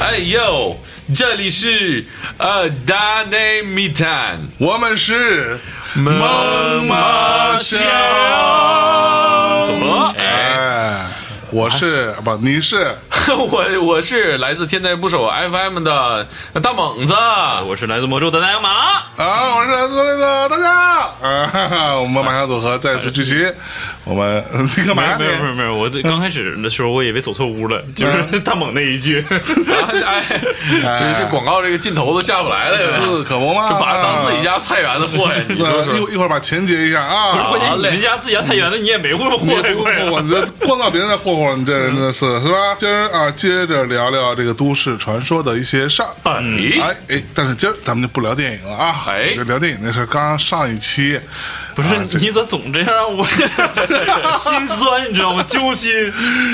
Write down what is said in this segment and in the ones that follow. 哎呦，这里是呃大内密探我们是猛犸象。么哎，哎，我是不，你是我我是来自天才捕手 FM 的大猛子，我是来自魔州的南阳马，啊，我是来自那个大家好啊哈哈，我们马小组合再次聚齐，我们你干嘛呀没有没有你？没有，我刚开始的时候我以为走错屋了，嗯就是 大猛那一句，啊哎，这广告这个劲头都下不来了，是可不嘛，就把它当自己家菜园子过呀，你说对。一说。会一会儿把钱结一下啊。关键你嘞们家自己家菜园子你也没会你祸害不过呀。我你这光到别人在霍霍，你这人真的是是吧？今儿啊，接着聊聊这个都市传说的一些事儿。咦，哎哎，但是今儿咱们就不聊电影了啊！哎这聊电影那事儿，刚刚上一期不是你咋总这样让我 心酸，你知道吗？揪心，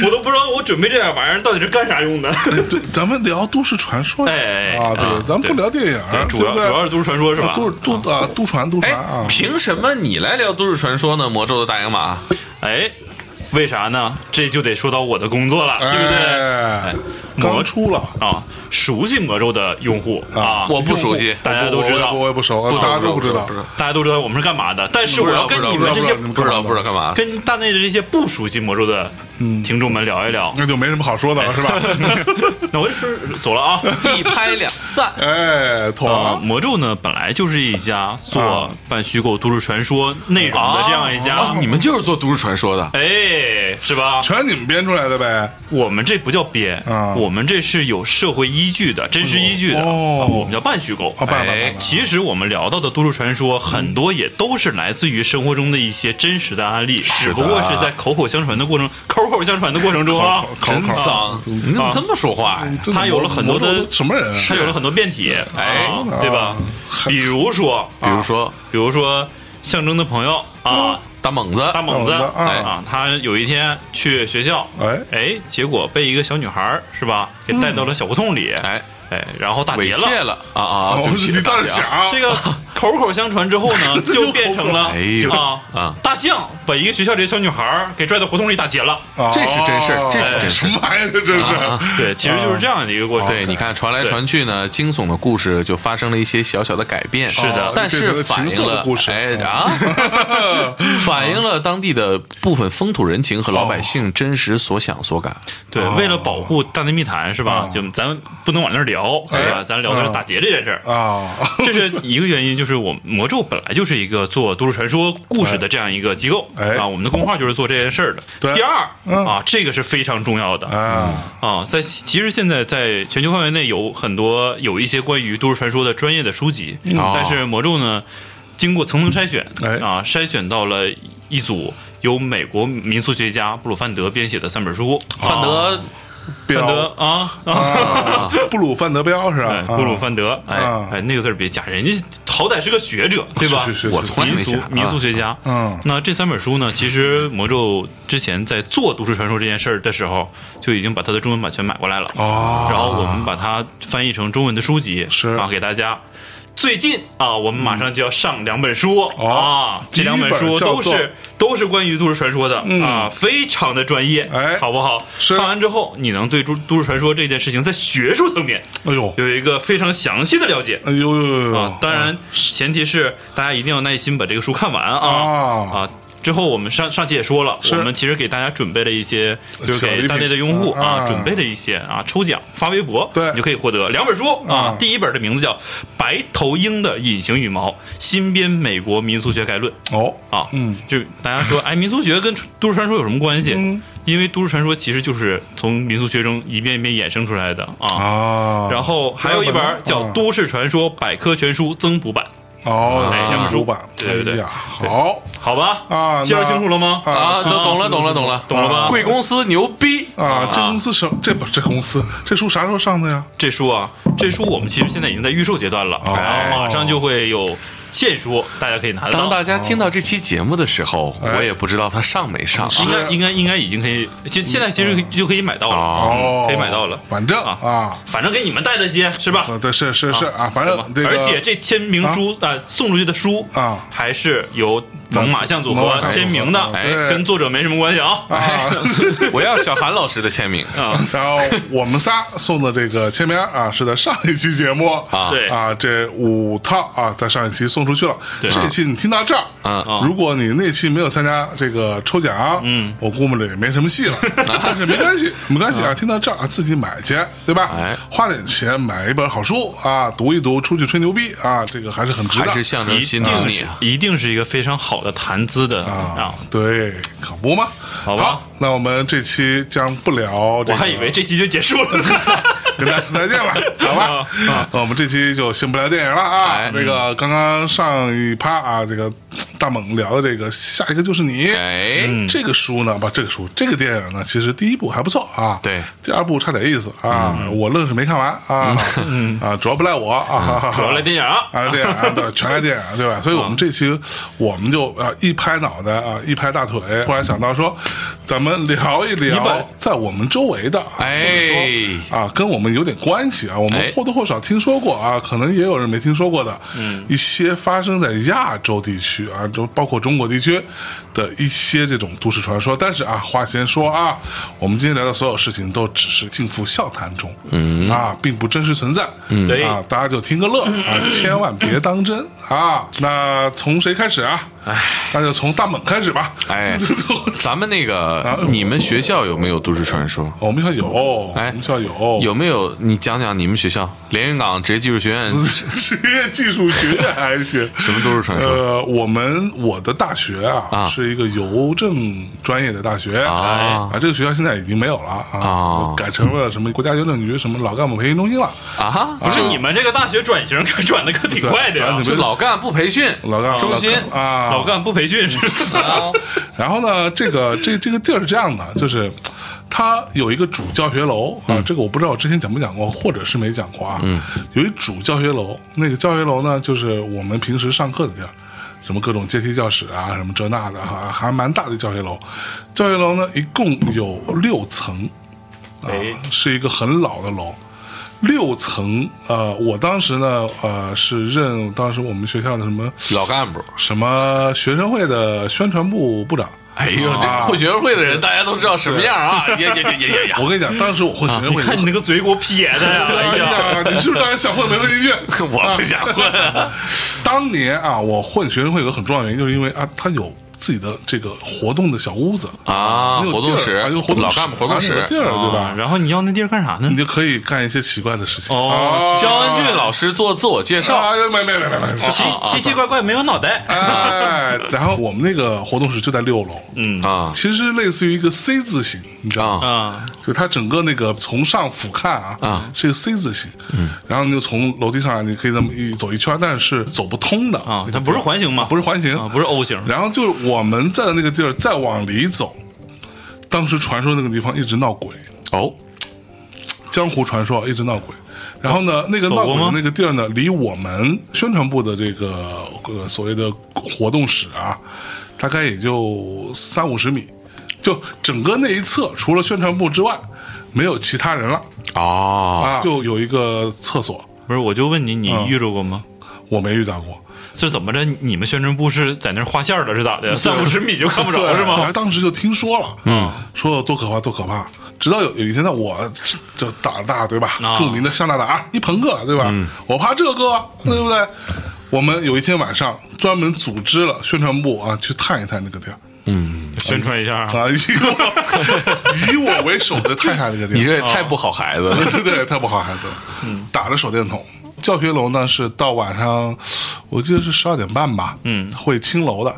我都不知道我准备这点玩意儿到底是干啥用的。 对，咱们聊都市传说哎哎啊，哎对啊，咱们不对聊电影对，主对要不主对？要是都市传说是吧？都市都啊，都传都传哎啊，，凭什么你来聊都市传说呢？魔咒的大洋马，哎，为啥呢？这就得说到我的工作了，对不对？哎，刚魔出了啊，熟悉魔咒的用户啊，我不熟悉，大家都知我也道不我也不熟，呃大家都不知道不知道，大家都知道我们是干嘛的，但是我要跟你们这些不不知道知道不知道干嘛的。跟大内的这些不熟悉魔咒的听众们聊一聊。那就没什么好说的哎了，是吧？ 那我就说走了啊。一拍两散，哎，妥啊，了，魔咒呢，本来就是一家做半虚构都市传说内容的这样一家，啊，你们就是做都市传说的，哎，是吧？全你们编出来的呗。我们这不叫编，啊我们这是有社会依据的、真实依据的，哦啊我们叫半虚构。啊，办哎办办，其实我们聊到的都市传说，很多也都是来自于生活中的一些真实的案例，只不过是在口口相传的过程、口口相传的过程中啊，口口脏，你怎么这么说话呀？真他有了很多的魔咒都什么人啊？它有了很多变体，哎啊对吧？比如说，啊比如说比如说象征的朋友啊，大猛子，大猛子大猛子啊哎啊，他有一天去学校，哎哎，结果被一个小女孩儿是吧，给带到了小胡同里，哎，哎，然后打劫猥亵了。了啊啊！对哦，不不起是你倒是大家想这个口口相传之后呢，就变成了哎呦啊啊大象把一个学校里的小女孩儿给拽到胡同里打劫了。哦哎这是真事儿这是真事什么玩意儿？这真啊是对，其实就是这样的一个过程。对，你看传来传去呢，惊悚的故事就发生了一些小小的改变。是的哦但这是个反情映色了的故事哎啊， 反映了当地的部分风土人情和老百姓真实所想所感。对，哦为了保护大内密谈是吧？哦就咱不能往那儿聊，哎对吧？咱聊的是打劫这件事儿。啊， 这是一个原因，就是我们魔咒本来就是一个做都市传说故事的这样一个机构、哎啊，我们的工号就是做这件事儿的。对第二、嗯啊，这个是非常重要的 啊，啊，在其实现在在全球范围内有很多有一些关于都市传说的专业的书籍，啊哦但是魔咒呢，经过层层筛选、嗯哎啊，筛选到了一组由美国民俗学家布鲁范德编写的三本哦书，范德，范德彪啊啊啊，布鲁范德彪是哎吧？，布鲁范德，哎啊哎，那个字儿别加，人家好歹是个学者，对吧？是是我从来民没俗想民俗学家，嗯那这三本书呢，其实魔咒之前在做都市传说这件事儿的时候，就已经把它的中文版权买过来了，哦，然后我们把它翻译成中文的书籍，是啊，给大家。最近啊，我们马上就要上两本书、哦啊，这两本第一书本叫都做嗯是都是关于都市传说的、啊，非常的专业，哎好不好？是看完之后，你能对都都市传说这件事情在学术层面哎呦，有一个非常详细的了解哎呦呦呦啊呦！。当然，前提是大家一定要耐心把这个书看完啊啊啊。之后我们上上期也说了，是我们其实给大家准备了一些，就是小礼给品大内的用户啊啊准备了一些啊抽奖，发微博，对你就可以获得两本书啊啊。第一本的名字叫《白头鹰的隐形羽毛：新编美国民俗学概论》。哦，啊，嗯，就大家说，哎，民俗学跟都市传说有什么关系？嗯因为都市传说其实就是从民俗学中一遍一遍衍生出来的啊。啊，然后还有一本儿叫《都市传说百科全书增补版哦，哎前面主书板，对对对哎呀，好》，好吧？啊介绍那清楚了吗？啊，这都懂了，懂了，懂了，啊懂了吧？贵公司牛逼！啊，这公司什这不这公司这书啥时候上的呀？这书啊，这书我们其实现在已经在预售阶段了，哦然后马上就会有现书，大家可以拿得当到。大家听到这期节目的时候，我也不知道它上没上啊。应该应该应该已经可以，现现在其实就可以买到了，嗯哦，啊可以买到了反正啊啊，反正给你们带了些是吧？啊对，是是是啊，反正这个，而且这签名书啊、呃送出去的书啊还是由猛犸象组猛合犸象签名的，组合啊哎，对跟作者没什么关系啊啊， 我要小韩老师的签名啊！ 然后我们仨送的这个签名啊，是在上一期节目啊对啊，这五套啊，在上一期送出去了。对这期你听到这儿嗯嗯如果你那期没有参加这个抽奖，嗯，我估摸着也没什么 戏了，但是没关系，没关系啊，听到这儿啊自己买去，对吧？哎花点钱买一本好书啊，读一读，出去吹牛逼啊，这个还是很值还的是象征一新定的你是啊。一定是一个非常好的谈资的啊啊！。对，可不嘛。好吧那我们这期将不聊这个，我还以为这期就结 束了，跟大家说再见吧，好吧？啊，我们这期就先不聊电影了啊哎。那个刚刚上一趴啊，这个大猛聊的这个，下一个就是你。哎，这个书呢，不，这个书，这个电影呢，其实第一部还不错啊，对第二部差点意思啊，我愣是没看完啊，啊，主要不赖我啊，主要来电影啊。啊，电影啊，对，全是电影啊，对吧？所以我们这期我们就啊一拍脑袋啊一拍大腿，突然想到说，咱们聊一一聊本在我们周围的，哎或者说啊跟我们有点关系啊，我们哎或多或少听说过啊，可能也有人没听说过的，嗯，一些发生在亚洲地区啊，就包括中国地区的一些这种都市传说。但是啊，话先说啊，我们今天聊的所有事情都只是尽付笑谈中，嗯啊，并不真实存在，嗯对啊，大家就听 个乐啊，千万别当真啊。那从谁开始啊？那就从大猛开始吧。 哎，咱们那啊个你们学校有没有都市传说？我们学校有，我哎们学校有有没有？你讲讲你们学校连云港职业技术学院 嗯职业技术学 院还行。什么都市传说？呃，我们我的大学啊，啊是一个邮政专业的大学啊这个学校现在已经没有了啊，啊改成了什么国家邮政局什么老干部培训中心了。啊哈，哎不是你们这个大学转型可转的可挺快的呀转，就老干部培训老干中心老干啊，老干部培训是啊，然后呢，这个这这个地儿是这样的，就是它有一个主教学楼啊，这个我不知道我之前讲没讲过，或者是没讲过啊。嗯，有一主教学楼，那个教学楼呢，就是我们平时上课的地儿，什么各种阶梯教室啊，什么这那的哈、还蛮大的教学楼。教学楼呢，一共有六层，啊哎，是一个很老的楼。六层，呃，我当时呢，呃，是任当时我们学校的什么老干部。什么学生会的宣传部部长，哎呦，这啊混学生会的人，大家都知道什么样啊！呀呀呀呀呀呀！ 我跟你讲，当时我混学生你会，啊看你那个嘴给我撇的呀！哎呀，哎呀，你是不是当时想混没 混进去？我不想混啊！当年啊，我混学生会有个很重要的原因，就是因为啊，他有自己的这个活动的小屋子啊你有活动地儿室啊有活动老干部活动室哦啊你有地儿对吧？然后你要那地儿干啥呢你？就可以干一些奇怪的事情。哦啊焦恩俊哦老师做自我介绍，啊，没没没没没。奇啊奇奇怪怪没有脑袋，哎，然后我们那个活动室就在六楼，嗯啊其实类似于一个 C 字形，你知道吗？啊啊，就它整个那个从上俯瞰啊，啊是一个 C 字形，嗯，然后你就从楼梯上来，你可以这么一走一圈，但是走不通的啊，它不是环形吗？不是环形。啊，不是 O 型，然后就是我们在的那个地儿再往里走，当时传说那个地方一直闹鬼，哦江湖传说一直闹鬼。然后呢，那个走闹过鬼的吗那个地儿呢，离我们宣传部的这个呃所谓的活动室啊，大概也就三五十米，就整个那一侧除了宣传部之外，没有其他人了。哦，啊，就有一个厕所，不是，我就问你，你啊遇着过吗？我没遇到过，是怎么着？你们宣传部是在那儿画线儿的，是咋的？三五十米就看不着是然后吗？当时就听说了，嗯，说多可怕，多可怕。直到有有一天呢，我就胆儿大，对吧？啊嗯著名的象大胆儿一朋克，对吧？我怕这个，对不对？我们有一天晚上专门组织了宣传部啊，去探一探那个地儿宣传一下啊，啊，以我 以我为首的探一探那个地儿。你这也太不好孩子了。对 对，太不好孩子了。打着手电筒。教学楼呢是到晚上，我记得是十二点半吧，嗯，会清楼的，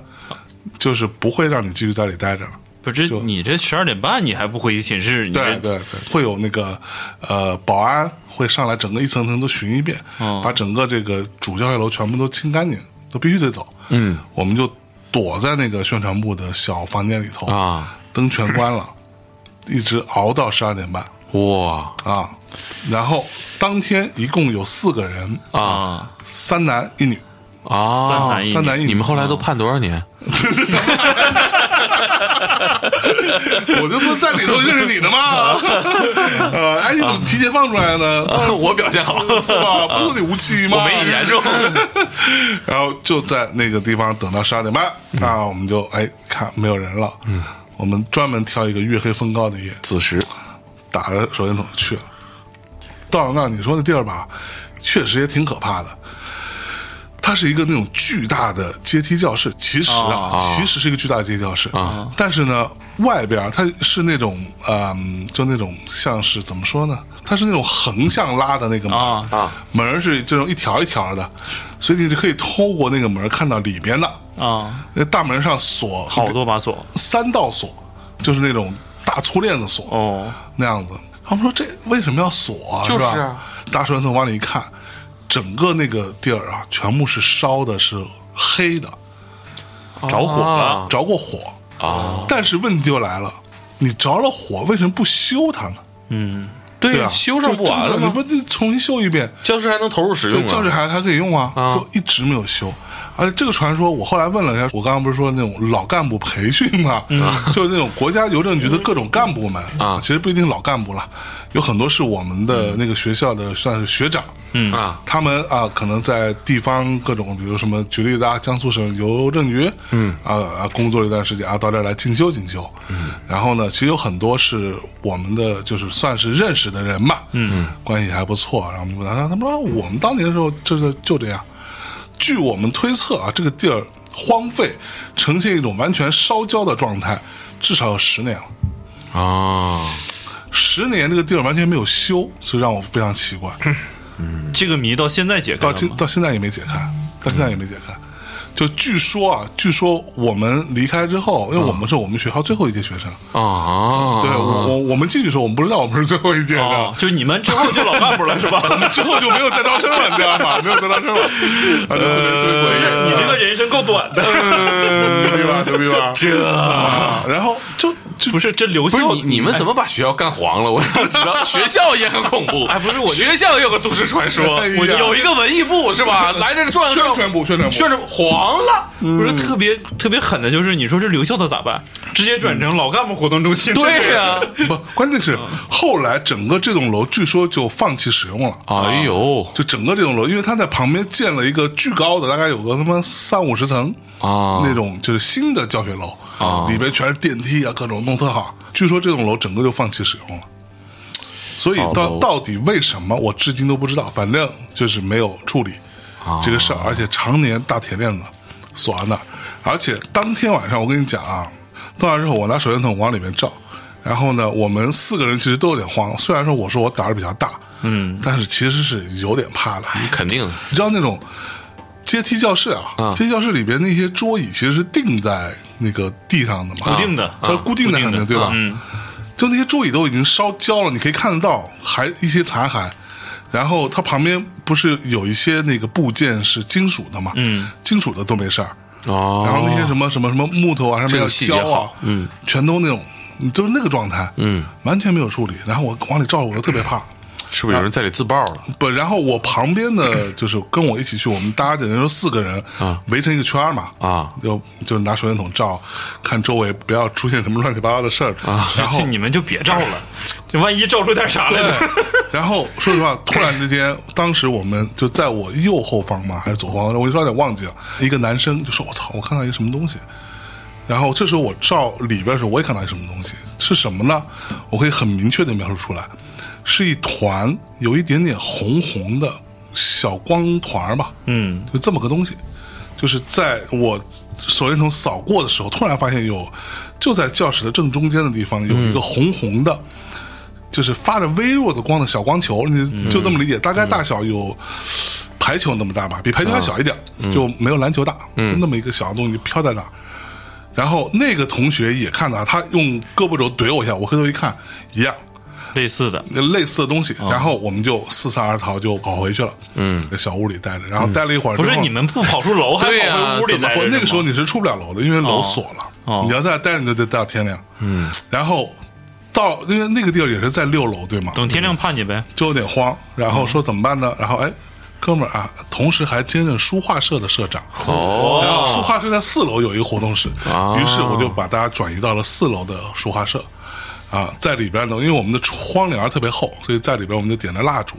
就是不会让你继续在里待着了。不是你这十二点半你还不回寝室？你这对对对，会有那个呃保安会上来，整个一层层都巡一遍，哦把整个这个主教学楼全部都清干净，都必须得走。嗯，我们就躲在那个宣传部的小房间里头啊，灯全关了，一直熬到十二点半。哇啊，然后当天一共有四个人，啊，三男一女，啊！三男一三男一女，你们后来都判多少年？ 我就说在里头认识你的嘛，呃，哎，你怎么提前放出来呢？ 哦我表现好，是吧？不是你无期吗？我没你严重。 然后就在那个地方等到十二点半啊，我们就哎看没有人了，嗯，我们专门挑一个月黑风高的夜，子时打着手电筒去了。到了那儿你说那地儿吧，确实也挺可怕的。它是一个那种巨大的阶梯教室，其实啊，啊哦其实是一个巨大的阶梯教室。啊嗯但是呢，外边儿它是那种，嗯、就那种像是怎么说呢？它是那种横向拉的那个门啊啊，门儿是这种一条一条的，所以你就可以透过那个门儿看到里边的。啊，那大门上锁好多把锁三道锁，就是那种大粗链子锁。哦，那样子。他们说这为什么要锁、啊？就是啊吧？大手电筒往里一看，整个那个地儿啊，全部是烧的，是黑的，着火了，着过火。啊，但是问题就来了，你着了火，为什么不修它呢？对啊，修上不完了就就你吗？不得重新修一遍？教室还能投入使用对，啊？教室还还可以用啊，啊就一直没有修。而且这个传说，我后来问了一下，我刚刚不是说那种老干部培训嘛， 就是那种国家邮政局的各种干部们嗯啊其实不一定老干部了，有很多是我们的那个学校的算是学长，嗯啊，他们啊，可能在地方各种，比如什么，举例子啊，江苏省邮政局，嗯，啊啊，工作了一段时间啊，到这儿来进修进修，嗯，然后呢，其实有很多是我们的，就是算是认识的人嘛，嗯，关系还不错，然后我们就问他，他们说我们当年的时候就是就这样，据我们推测啊，这个地儿荒废，呈现一种完全烧焦的状态，至少有十年了。啊，十年这个地儿完全没有修，所以让我非常奇怪。这个谜到现在解开到了今吗？哦到现在也没解开，到现在也没解开。就据说啊，据说我们离开之后，因为我嗯们是我们学校最后一届学生，啊，对我我我们进去的时候，我们不知道我们是最后一届生，哦，就你们之后就老干部了是吧？之后就没有再招生了，你知道吗？没有再招 生了，啊，就特别特别不诡是异，你这个人生够短的，牛逼吧，牛逼 吧？这、啊，然后就就哎不是这留不校是你你们怎么把学校干黄了？我想知 道，学校也很恐怖。哎不是我学校有个都市传说，哎呀我有一个文艺部是吧？来这儿转宣传部宣传部嗯宣传部黄了。不是特别特别狠的，就是你说这留校的咋办？直接转成老干部活动中心。对呀，不，关键嗯是后来整个这栋楼据说就放弃使用了。哎呦就整个这栋楼，因为它在旁边建了一个巨高的，大概有个他妈三五十层啊那种就是新的教学楼啊里边全是电梯啊，各种弄特好。据说这栋楼整个就放弃使用了，所以好到楼到底为什么我至今都不知道，反正就是没有处理啊这个事儿，而且常年大铁链子锁在那儿，而且当天晚上我跟你讲啊，到那之后我拿手电筒往里面照。然后呢，我们四个人其实都有点慌。虽然说我说我胆儿比较大，嗯，但是其实是有点怕的。肯定你知道那种阶梯教室啊，啊阶梯教室里边那些桌椅其实是定在那个地上的嘛，固定的它是固定的啊固定肯的定对吧？嗯，就那些桌椅都已经烧焦了，你可以看得到还一些残骸。然后它旁边不是有一些那个部件是金属的嘛，嗯，金属的都没事儿。哦然后那些什么什么什么木头啊，上这面要个细节胶啊好，嗯，全都那种，就是那个状态，嗯，完全没有处理。然后我往里照，我就特别怕。是不是有人在里自爆了？不，然后我旁边的就是跟我一起去，我们大家等于说四个人啊围成一个圈儿嘛啊，就就拿手电筒照，看周围不要出现什么乱七八糟的事儿啊 然 后这你们就别照 了，这万一照出点啥来呢？对，然后说实话，突然之间，当时我们就在我右后方嘛，还是左后方，我有哎点忘记了。一个男生就说：“我操，我看到一个什么东西。”然后这时候我照里边的时候，我也看到一什么东西，是什么呢？我可以很明确的描述出来，是一团有一点点红红的小光团儿吧，嗯，就这么个东西。就是在我手电筒扫过的时候，突然发现有就在教室的正中间的地方有一个红红的，就是发着微弱的光的小光球，嗯你就这么理解，大概大小有排球那么大吧，比排球还小一点，嗯就没有篮球大，就那么一个小的东西飘在那儿。然后那个同学也看到了，他用胳膊肘怼我一下，我回头一看，一样， 类似的，类似的东西。哦然后我们就四散而逃，就跑回去了。嗯，小屋里待着，然后待了一会儿之嗯不后，是你们不跑出楼，还对呀跑回屋里怎么来我着？那个时候你是出不了楼的，因为楼哦锁了。哦你要在那待着，你就得待到天亮。嗯，然后到因为那个地儿也是在六楼，对吗？等天亮怕你呗。嗯就有点慌，然后说怎么办呢？然后哎，哥们儿啊，同时还兼任书画社的社长。哦然后书画社在四楼有一个活动室，啊于是我就把大家转移到了四楼的书画社，啊，在里边呢，因为我们的窗帘特别厚，所以在里边我们就点了蜡烛，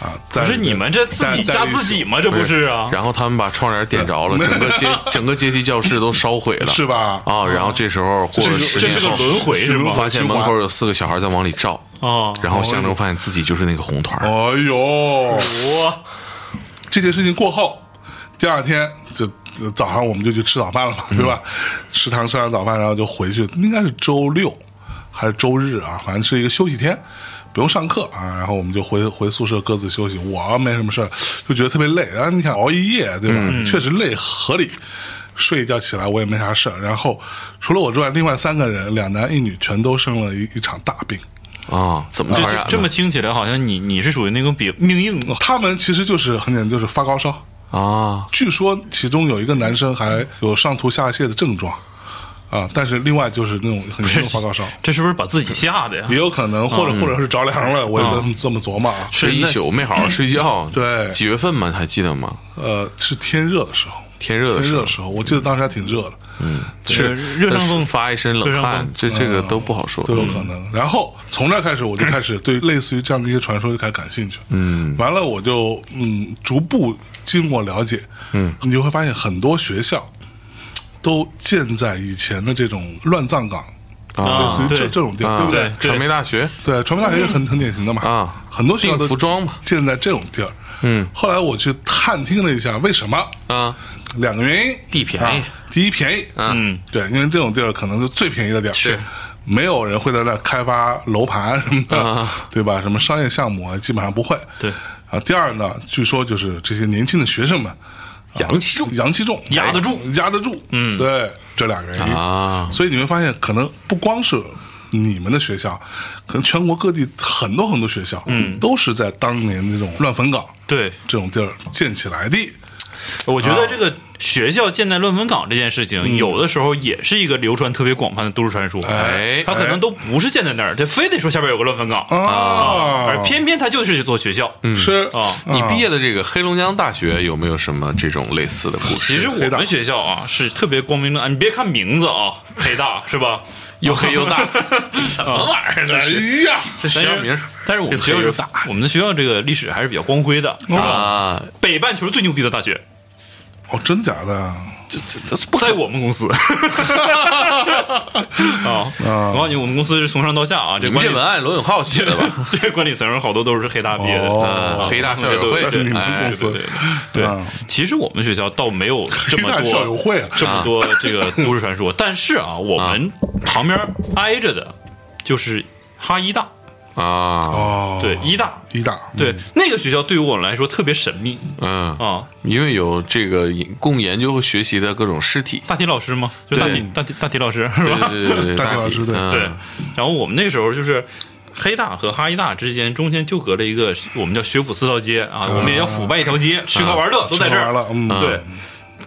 啊，在不是里边你们这自己待待吓了一宿自己吗？这不是啊？然后他们把窗帘点着了，整个阶 整个阶梯教室都烧毁了，是吧？啊，然后这时候过了这十是年哦这是后个，轮回是吗发现门口有，有四个小孩在往里照，哦，然后象征发现自己就是那个红团儿。哎呦，我这件事情过后，第二天就就早上我们就去吃早饭了嘛，对吧？食堂吃完早饭，然后就回去，应该是周六还是周日啊，反正是一个休息天，不用上课啊。然后我们就回回宿舍各自休息。我没什么事儿，就觉得特别累。然后你想熬一夜，对吧？确实累，合理。睡一觉起来，我也没啥事儿。然后除了我之外，另外三个人，两男一女，全都生了一一场大病。啊，怎么哦这传染的？这么听起来好像你你是属于那种比命硬他们其实就是很简单，就是发高烧，啊，据说其中有一个男生还有上吐下泻的症状，啊，但是另外就是那种很严重的发高烧，嗯这是不是把自己吓的呀 也？有可能，或者或者是着凉了，我也这么这么琢磨啊。这一宿没好 好睡觉。对几月份嘛？还记得吗？呃，是天热的时候，天热的天时热候的，时候，我记得当时还挺热的，是热伤风发一身热冷伤汗风，哦这这个都不好说。都有可能。然后从那开始，我就开始对类似于这样的一些传说就开始感兴趣。嗯，完了我就嗯逐步经过了解，嗯，你就会发现很多学校都建在以前的这种乱葬岗，啊类似于这对这种地方，啊对不对？对传媒大学对，传媒大学也很、很典型的嘛，啊很多学校定都服装嘛，建在这种地儿。嗯，后来我去探听了一下，为什么？啊，两个原因，地便宜啊啊第一便宜，嗯，对，因为这种地儿可能是最便宜的地儿，是没有人会在那开发楼盘什么的，啊对吧？什么商业项目啊，基本上不会。对啊，第二呢，据说就是这些年轻的学生们阳气重阳气重，压得住，压得住，嗯，对，这俩原因啊所以你会发现，可能不光是你们的学校，可能全国各地很多很多学校，嗯，都是在当年那种乱坟岗对，这种地儿建起来的。我觉得这个学校建在乱坟岗这件事情，有的时候也是一个流传特别广泛的都市传说。哎它可能都不是建在那儿，它非得说下边有个乱坟岗，哦啊而偏偏它就是一座学校。嗯，是啊你毕业的这个黑龙江大学有没有什么这种类似的故其事？实我们学校啊是特别光明正大，你别看名字啊，黑大是 吧？又黑又大，什么玩意儿？这哎是呀，这但学校名啊是儿但是我们学校又黑又是大我们的学校这个历史还是比较光辉的，是吧？啊！北半球最牛逼的大学，哦，真假的？这这这不在我们 公司啊，我告诉你，我们公司是从上到下啊，这哦你们管理这文案罗永浩写的 吧？这管理层好多都是黑大毕业的，哦啊黑大校友会对你对们哎公司对对 对啊对。其实我们学校倒没有这 黑么大多校友会啊，这么 多这个都市传说，但是啊，我们旁边挨着的就是哈医大，啊，哦，对，医大，一大，嗯对，那个学校对于我们来说特别神秘嗯，啊。因为有这个供研究和学习的各种尸体，大体老师吗？就大体大体大体老师是对吧？对对对，大体体老师对嗯对，然后我们那时候就是黑大和哈医大之间中间就隔了一个我们叫学府四条街啊，我们也叫腐败一条街，吃喝玩乐都吃在喝这玩儿乐，嗯，对，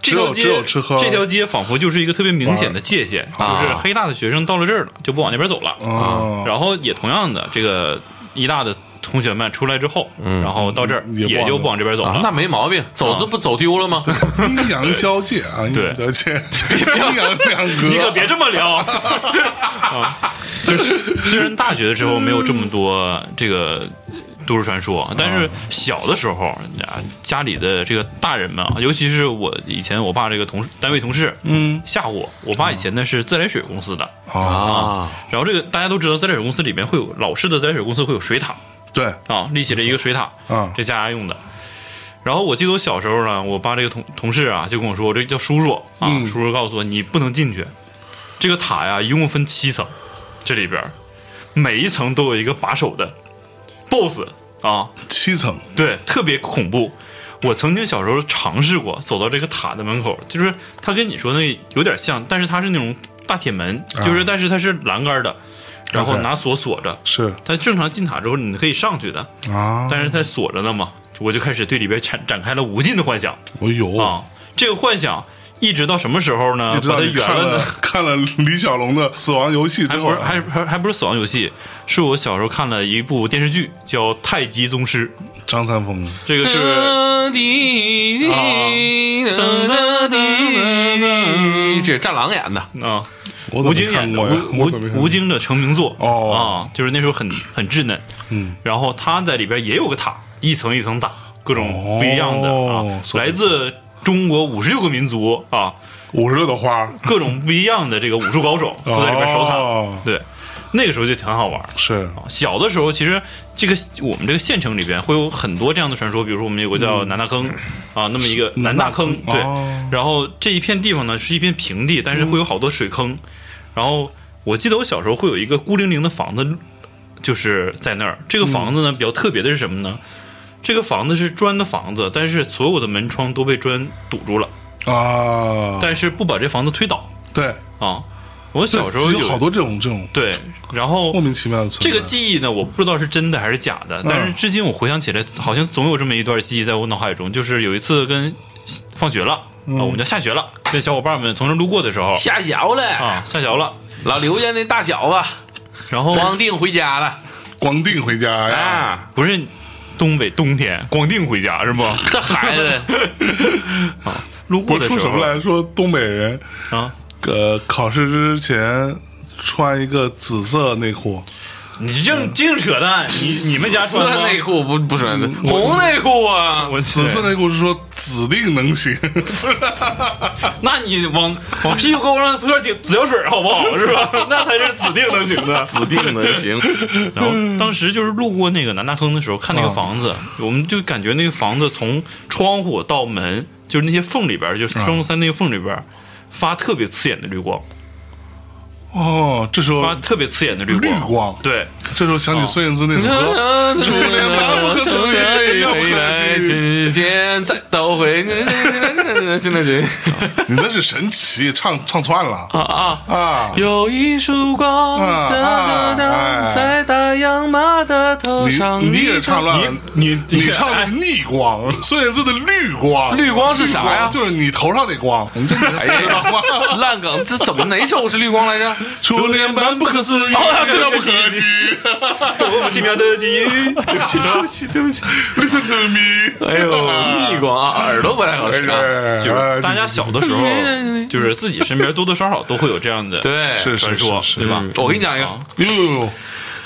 这只有条街只有吃喝这条街仿佛就是一个特别明显的界限，玩就是啊黑大的学生到了这儿了就不往那边走了，哦，然后也同样的这个医大的同学们出来之后，然后到这儿也不往也就不往这边走嗯啊，了。那没毛病，走这不走丢了吗？阴阳交界啊，阴对阳交界，阴阳两隔，你可别这 么聊。啊，就是虽然大学的时候没有这么多这个都市传说，但嗯是小的时候啊，家里的这个大人们啊，尤其是我以前我爸这个同事单位同事，嗯吓唬我。我爸以前呢是自来水公司的，啊，啊，然后这个大家都知道，自来水公司里面会有老式的自来水公司会有水塔对，啊，立起了一个水塔啊这家用的。然后我记得我小时候呢，我爸这个同同事啊就跟我说，这叫叔叔啊，叔叔告诉我你不能进去，这个塔呀一共分七层，这里边儿每一层都有一个把守的 BOSS 啊，七层，对，特别恐怖。我曾经小时候尝试过走到这个塔的门口，就是它跟你说那有点像，但是它是那种大铁门，就是但是它是栏杆的，然后啊 OK 拿锁锁着。是它正常进塔之后你可以上去的，啊，但是它锁着呢嘛，我就开始对里边展展开了无尽的幻想我有啊。这个幻想一直到什么时候呢哦一？直把到它你圆看了了 呢？看了李小龙的《死亡游戏》还之不后是，还还还不是死亡游戏，是我小时候看了一部电视剧叫《太极宗师》啊张三丰，这个是哒滴滴哒哒滴滴这是战狼演的，啊，我怎吴么京没演看的过呀？吴我怎么没看吴过吴京的成名作哦啊，就是那时候很很稚嫩，嗯，然后他在里边也有个塔，一层一层打，各种不一样的哦啊，来自中国五十六个民族啊，五十六朵花，各种不一样的这个武术高手都在里边守哦塔，哦对，那个时候就挺好玩。是啊小的时候，其实这个我们这个县城里边会有很多这样的传说，比如说我们有个叫南大坑、啊，那么一个嗯南南大大坑坑，对、哦嗯然后这一片地方呢是一片平地，但是会有好多水坑。然后我记得我小时候会有一个孤零零的房子，就是在那儿。这个房子嗯呢、比较特别的是什么呢？这个房子是砖的房子，但是所有的门窗都被砖堵住了，哦啊，但是不把这房子推倒对，啊。我小时候有好有多这种这种对，然后莫名其妙的存在这个记忆呢，我不知道是真的还是假的，但是至今我回想起来，好像总有这么一段记忆在我脑海中。就是有一次跟放学了，啊，我们叫下学了，跟小伙伴们从这路过的时候，下小了，啊，下学了，老刘家那大小子然后光腚回家了光腚回家哎呀，啊，不是东北冬天，光腚回家是吗？这孩子路过我的时说什候么来着？说东北人，啊，呃，考试之前穿一个紫色内裤，你净净扯淡，你你们家紫穿色吗内？裤不不穿的，红内裤啊，我紫色，内裤是说指定能 行，那你往往屁股沟上泼点紫药水好不好？是吧？那才是指定能行的。指定能行。然后当时就是路过那个南大坑的时候，看那个房子，我们就感觉那个房子从窗户到门，就是那些缝里边儿，就是双三那个缝里边儿，发特别刺眼的绿光，哦，这时候发特别刺眼的绿绿光。光，对，哦这时候想起孙燕姿那首 歌， 初恋麻木和从一回来之间，再倒回，现在谁你那是神奇，唱唱串了啊啊？啊！有一束光啊射啊着哎荡在大洋马的头你上，你也唱乱了，你你哎你唱的是逆光，孙燕姿的绿光，绿光是啥呀绿光就是你头上那 光，你这哎呀，烂梗，这怎么哪首是绿光来着？初恋般不可思议，哦这个不可及。多么奇妙的际遇，对不起对不起，对不起， Listen to me，哎哎呦，逆光啊，耳朵不太好使啊。就是大家小的时候哎，就是自己身边多多少少都会有这样的对，是传说，是是对吧？嗯我给你讲一个，哎呦呦，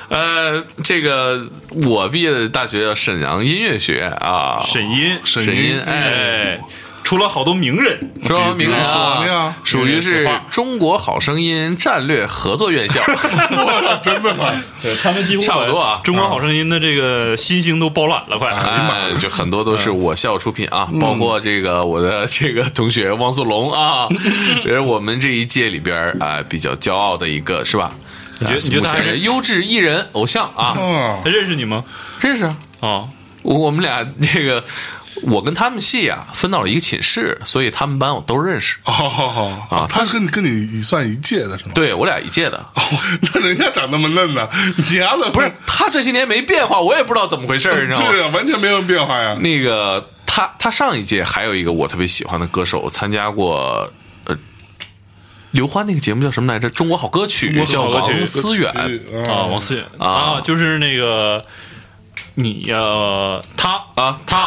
呃，这个我毕业的大学叫沈阳音乐学啊，沈音，沈沈音音，哎。哎，出了好多名人，说名人比如说那样啊，属于是中国好声音战略合作院校，我操，真的吗？ 对他们几乎把差不多啊中国好声音的这个新星都包揽了，快。哎，就很多都是我校出品啊，包括这个我的这个同学汪苏泷啊， 也是我们这一届里边儿啊比较骄傲的一个，是吧？你觉得啊你觉得目他还前是是优质艺人偶像啊，嗯，哎他认识你吗？认识啊，啊，我我们俩这个。我跟他们系啊分到了一个寝室，所以他们班我都认识。哦好好好啊他是跟你算一届的是吗？ 对我俩一届的，哦那人家长那么嫩呢，你丫的不是他这些年没变化，我也不知道怎么回事儿，你知道吗？对啊，完全没有变化呀。那个他他上一届还有一个我特别喜欢的歌手参加过，呃，刘欢那个节目叫什么来着？中国好歌曲，叫好歌曲王思远啊，啊王思远啊啊，就是那个你呃，他啊，他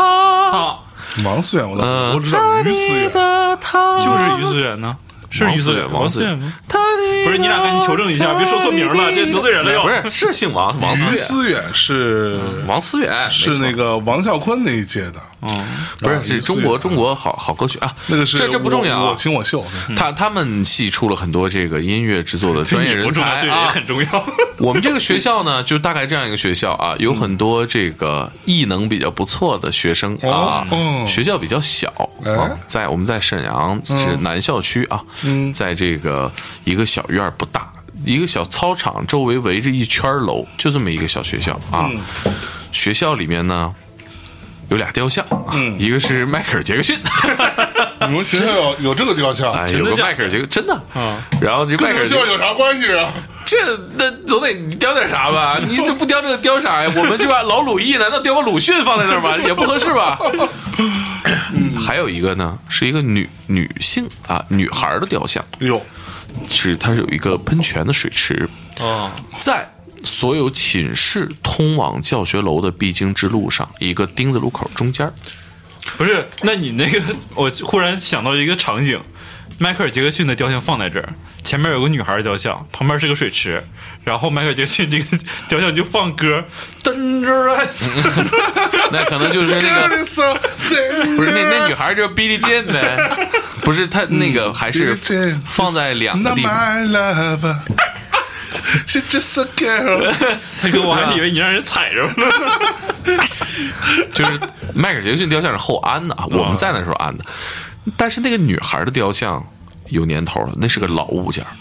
他王思远，我嗯我知道于思远，他就是于思源呢，是于思源，王思思源远吗？不不是，你俩赶紧求证一下，别说错名了，这得罪人了又。不是是姓王，王思于远，思远是王思远是那个王啸坤那一届的，嗯，没错不啊是是中国于思中远国好好歌曲啊，那个是这这不我重要我啊。情我秀。 他他们系出了很多这个音乐制作的专业你人不重要，才对人也啊，很重要。 我们这个学校呢，就大概这样一个学校嗯啊，有很多这个艺能比较不错的学生啊。嗯哦学校比较小哎啊，在我们在沈阳是南校区啊，嗯在这个一个小院儿不大，一个小操场周围围着一圈儿楼，就这么一个小学校啊。嗯学校里面呢。有俩雕像啊，嗯一个是迈克尔·杰克 逊，你们学校有有这个雕像？哎，真有的个假的迈克尔·杰克，真的啊，然后这迈跟克尔·学杰克校有啥关系啊？这那总得雕点啥吧？你这不雕这个雕啥呀？我们就把老鲁艺难道雕个鲁迅放在那儿吗？也不合适吧？还有一个呢，是一个女女性啊女孩儿的雕像，有是它是有一个喷泉的水池，哦，在所有寝室通往教学楼的必经之路上一个丁字路口中间儿，不是，那你那个，我忽然想到一个场景，迈克尔·杰克逊的雕像放在这儿，前面有个女孩的雕像，旁边是个水池，然后迈克尔·杰克逊这个 雕像就放歌，噔着啊，那可能就是那 个。不不是那那女孩就是 Billie Jean 呗，不是她那个还是 Billie Jean 放在两个 Not 地方， my love, she's just a 啊 girl。大哥，我还以为你让人踩着了。就是迈克尔·杰克逊雕像是后安的啊，我们在那时候安的，但是那个女孩的雕像有年头了，那是个老物件儿，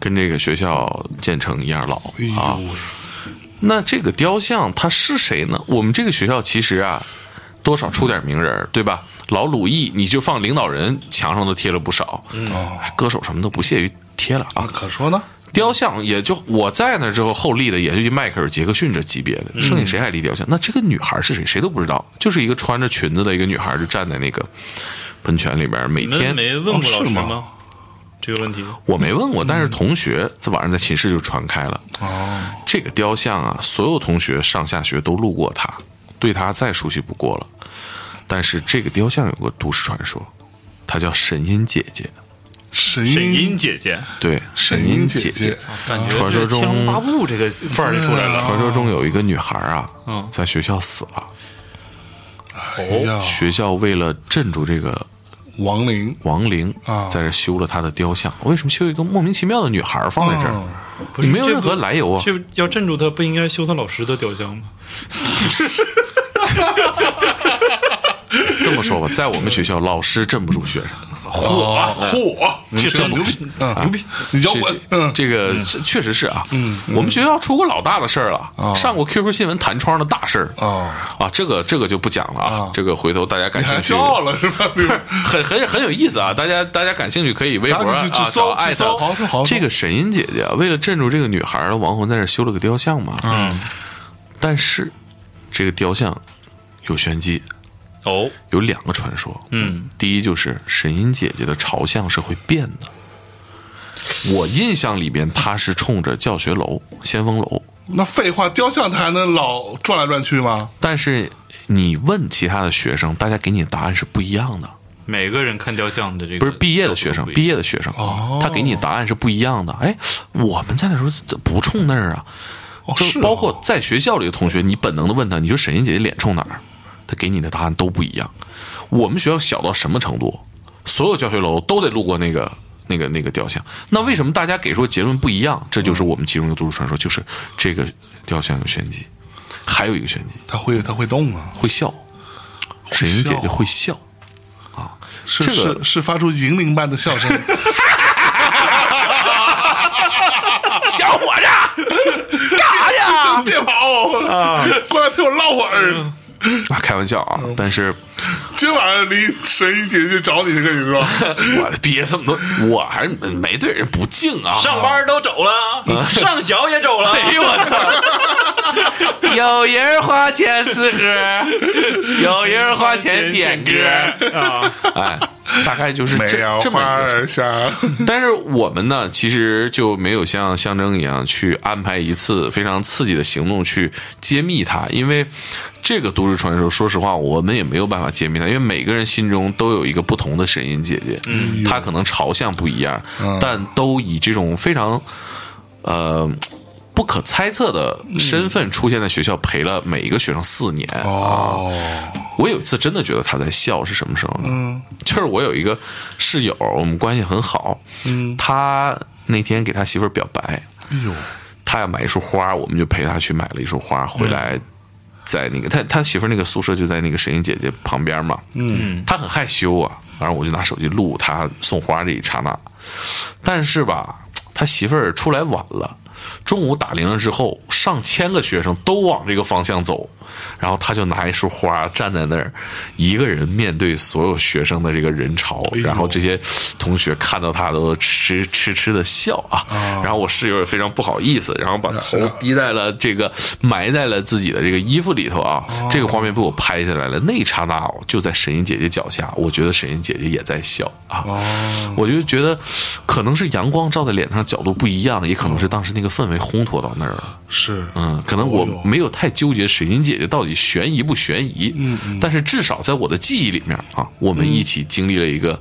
跟这个学校建成一样老哎呦啊。喂，那这个雕像它是谁呢？我们这个学校其实啊，多少出点名人儿，对吧？老鲁艺，你就放领导人墙上都贴了不少，哎哦，歌手什么都不屑于贴了啊那。可说呢。雕像也就我在那之后后立的，也就迈克尔·杰克逊这级别的，剩下谁还立雕像？那这个女孩是谁？谁都不知道，就是一个穿着裙子的一个女孩，就站在那个喷泉里边，每你们天没问过哦老是师吗吗？这个问题，我没问过，但是同学在晚上在寝室就传开了。哦，这个雕像啊，所有同学上下学都路过它，对它再熟悉不过了。但是这个雕像有个都市传说，它叫神音姐姐。神沈音音姐姐，对，神神音音姐姐姐姐，啊感觉传说中这天龙八部这个范儿就出来了。传说中有一个女孩啊，嗯在学校死了。哎呀，学校为了镇住这个亡灵亡灵，啊在这修了她的雕像。为什么修一个莫名其妙的女孩放在这儿？哦不是没有这任何不来由啊这不要镇住他，不应该修他老师的雕像吗？这么说吧，在我们学校，老师镇不住 学生。嚯嚯，嗯这这真不牛逼，牛逼，你摇这滚这，嗯，这个是确实是啊，我们学校出过老大的事儿了，啊上过 QQ 新闻弹窗的大事儿哦，啊，这个这个就不讲了啊啊，这个回头大家感你还兴趣骄，傲了是 吧？对吧很很很有意思啊，大家大家感兴趣可以微博大家啊去去搜艾去搜好好特好这个神音姐姐啊为了镇住这个女孩儿的亡魂，在这儿修了个雕像嘛，嗯，但是这个雕像有玄机，哦，有两个传说，嗯，第一就是神音姐姐的朝向是会变的。我印象里边，她是冲着教学楼、先锋楼，那废话，雕像它还能老转来转去吗？但是你问其他的学生，大家给你的答案是不一样的。每个人看雕像的这个不是毕业的学生，毕业业的学生，哦他给你的答案是不一样的。哎，我们在那时候不冲那儿啊，哦就是是哦包括在学校里的同学，你本能的问他，你说沈音姐姐脸冲哪儿？他给你的答案都不一样。我们学校小到什么程度？所有教学楼都得路过那个。那个那个雕像，那为什么大家给出的结论不一样？这就是我们其中一个都市传说，就是这个雕像有玄机，还有一个玄机它会它会动啊，会笑，沈音姐姐会笑，是这个是是发出银铃般的 笑声，小伙 子， 别跑啊！过来陪我唠会儿。啊，开玩笑啊，但是今晚上离神医姐姐找你，跟你说， 我的毕业这么多，我还没对人不敬啊！上班都走了，啊 上学也走了。哎呦我 操！有人花钱吃喝，有人花钱点歌，啊，哎，大概就是没这有这么花一个事儿。儿香。但是我们呢，其实就没有像象征一样去安排一次非常刺激的行动去揭秘它，因为这个都市传说，说实话，我们也没有办法揭秘它，因为每个人心中都有一个不同的神隐姐姐，嗯，她可能朝向不一样，但都以这种非常呃。不可猜测的身份出现在学校，陪了每一个学生四年。哦，我有一次真的觉得他在笑，是什么时候呢？嗯就是我有一个室友，我们关系很好，嗯，他那天给他媳妇儿表白，哎呦，嗯他要买一束花，我们就陪他去买了一束花，回来在那个他他媳妇儿那个宿舍就在那个沈音姐姐旁边嘛，嗯，他很害羞啊，然后我就拿手机录他送花这一刹那，但是吧，他媳妇儿出来晚了，中午打铃了之后，上千个学生都往这个方向走，然后他就拿一束花站在那儿，一个人面对所有学生的这个人潮，哎呦然后这些同学看到他都痴痴痴的笑啊。然后我室友也非常不好意思，然后把头低在了这个埋在了自己的这个衣服里头啊。这个画面被我拍下来了，那一刹那我就在沈英姐姐脚下，我觉得沈英姐姐也在笑啊。我就觉得，可能是阳光照在脸上角度不一样，也可能是当时那个氛围烘托到那儿了。是，嗯，可能我哦哟没有太纠结沈英姐姐到底悬疑不悬疑，嗯嗯但是至少在我的记忆里面啊，我们一起经历了一个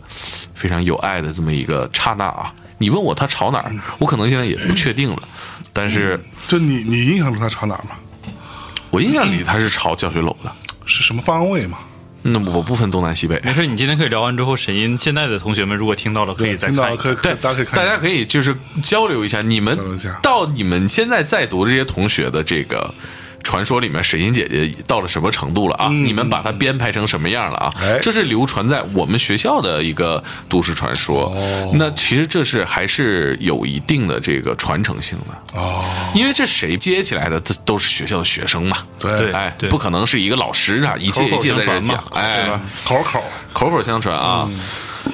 非常有爱的这么一个刹那啊。你问我她朝哪嗯儿，我可能现在也不确定了，但是就你你印象中他朝哪儿吗？我印象里她是朝教学楼的。是什么方位嘛？那我不分东南西北， 没事，你今天可以聊完之后，沈音现在的同学们如果听到了，可以再听到看了一看。可以，可以大家可以看大一下，家可以就是交流一下，你们交流一下到你们现在在读这些同学的这个。传说里面沈音姐姐到了什么程度了啊？你们把她编排成什么样了啊？嗯哎这是流传在我们学校的一个都市传说。哦那其实这是还是有一定的这个传承性的，哦，因为这谁接起来的，都都是学校的学生嘛。对对哎，不可能是一个老师啊，一届一届在这讲口口相传嘛，哎对吧，口口口口相传啊。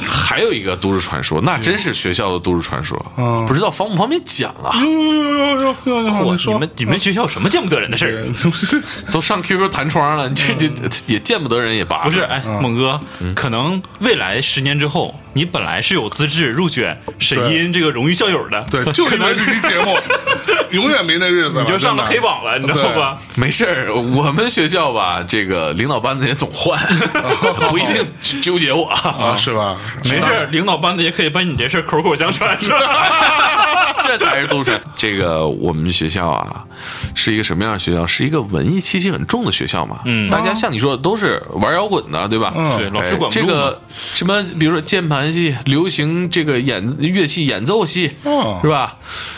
还有一个都市传说，那真是学校的都市传说，嗯不知道方不方便讲啊？呦呦呦呦呦呦，哦你我你说们你们学校有什么见不得人的事儿？都上 QQ 弹窗了，你这这嗯也见不得人也罢了。不是，哎，猛哥，嗯可能未来十年之后，你本来是有资质入选沈音这个荣誉校友的，对， 就因为这期节目，永远没那日子了，你就上了真黑的榜了，你知道吧？没事儿，我们学校吧，这个领导班子也总 换，不一定纠纠结我。啊，是吧？没事儿，领导班子也可以把你这事儿口口相传，是吧？ 这才是都市。这个我们学校啊，是一个什么样的学校？是一个文艺气息很重的学校嘛。嗯，大家像你说的都是玩摇滚的，对吧？哎嗯对，老师管不这住嘛。个什么，比如说键盘系、流行这个演乐器演奏系，哦是吧？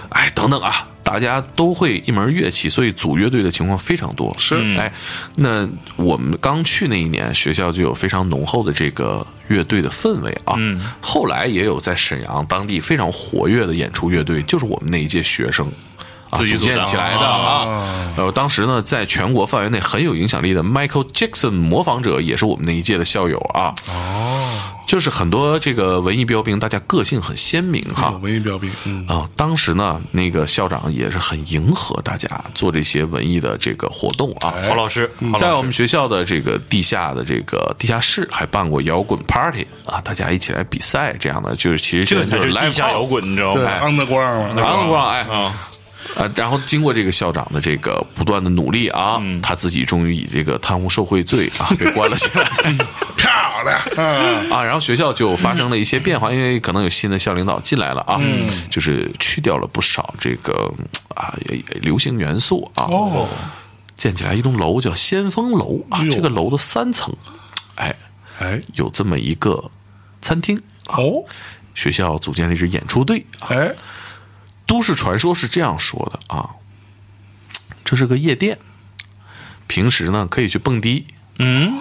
哎，等等啊，大家都会一门乐器，所以组乐队的情况非常多。是嗯哎，那我们刚去那一年，学校就有非常浓厚的这个乐队的氛围啊。嗯，后来也有在沈阳当地非常活跃的演出乐队，就是我们那一届学生。啊，自己组组的建起来的哦啊，呃，当时呢，在全国范围内很有影响力的 Michael Jackson 模仿者也是我们那一届的校友啊。哦，就是很多这个文艺标兵，大家个性很鲜明哈。有文艺标兵，嗯，啊、当时呢，那个校长也是很迎合大家做这些文艺的这个活动啊。郝老师，哎郝老师在我们学校的这个地下的这个地下室，还办过摇滚 party 啊，大家一起来比赛这样的，就是其实这才就是是地 live 下摇 house 滚，你知道对吗？ ，underground 嘛，然后哎，啊，啊，然后经过这个校长的这个不断的努力啊，嗯他自己终于以这个贪污受贿罪 啊被关了起来漂亮，嗯，啊，然后学校就发生了一些变化，因为可能有新的校领导进来了啊，嗯就是去掉了不少这个啊也也流行元素啊，哦，建起来一栋楼叫先锋楼啊哎，呦这个楼的三层，哎，哎，有这么一个餐厅，哦，学校组建了一支演出队哎，都市传说是这样说的啊，这是个夜店，平时呢可以去蹦迪，嗯，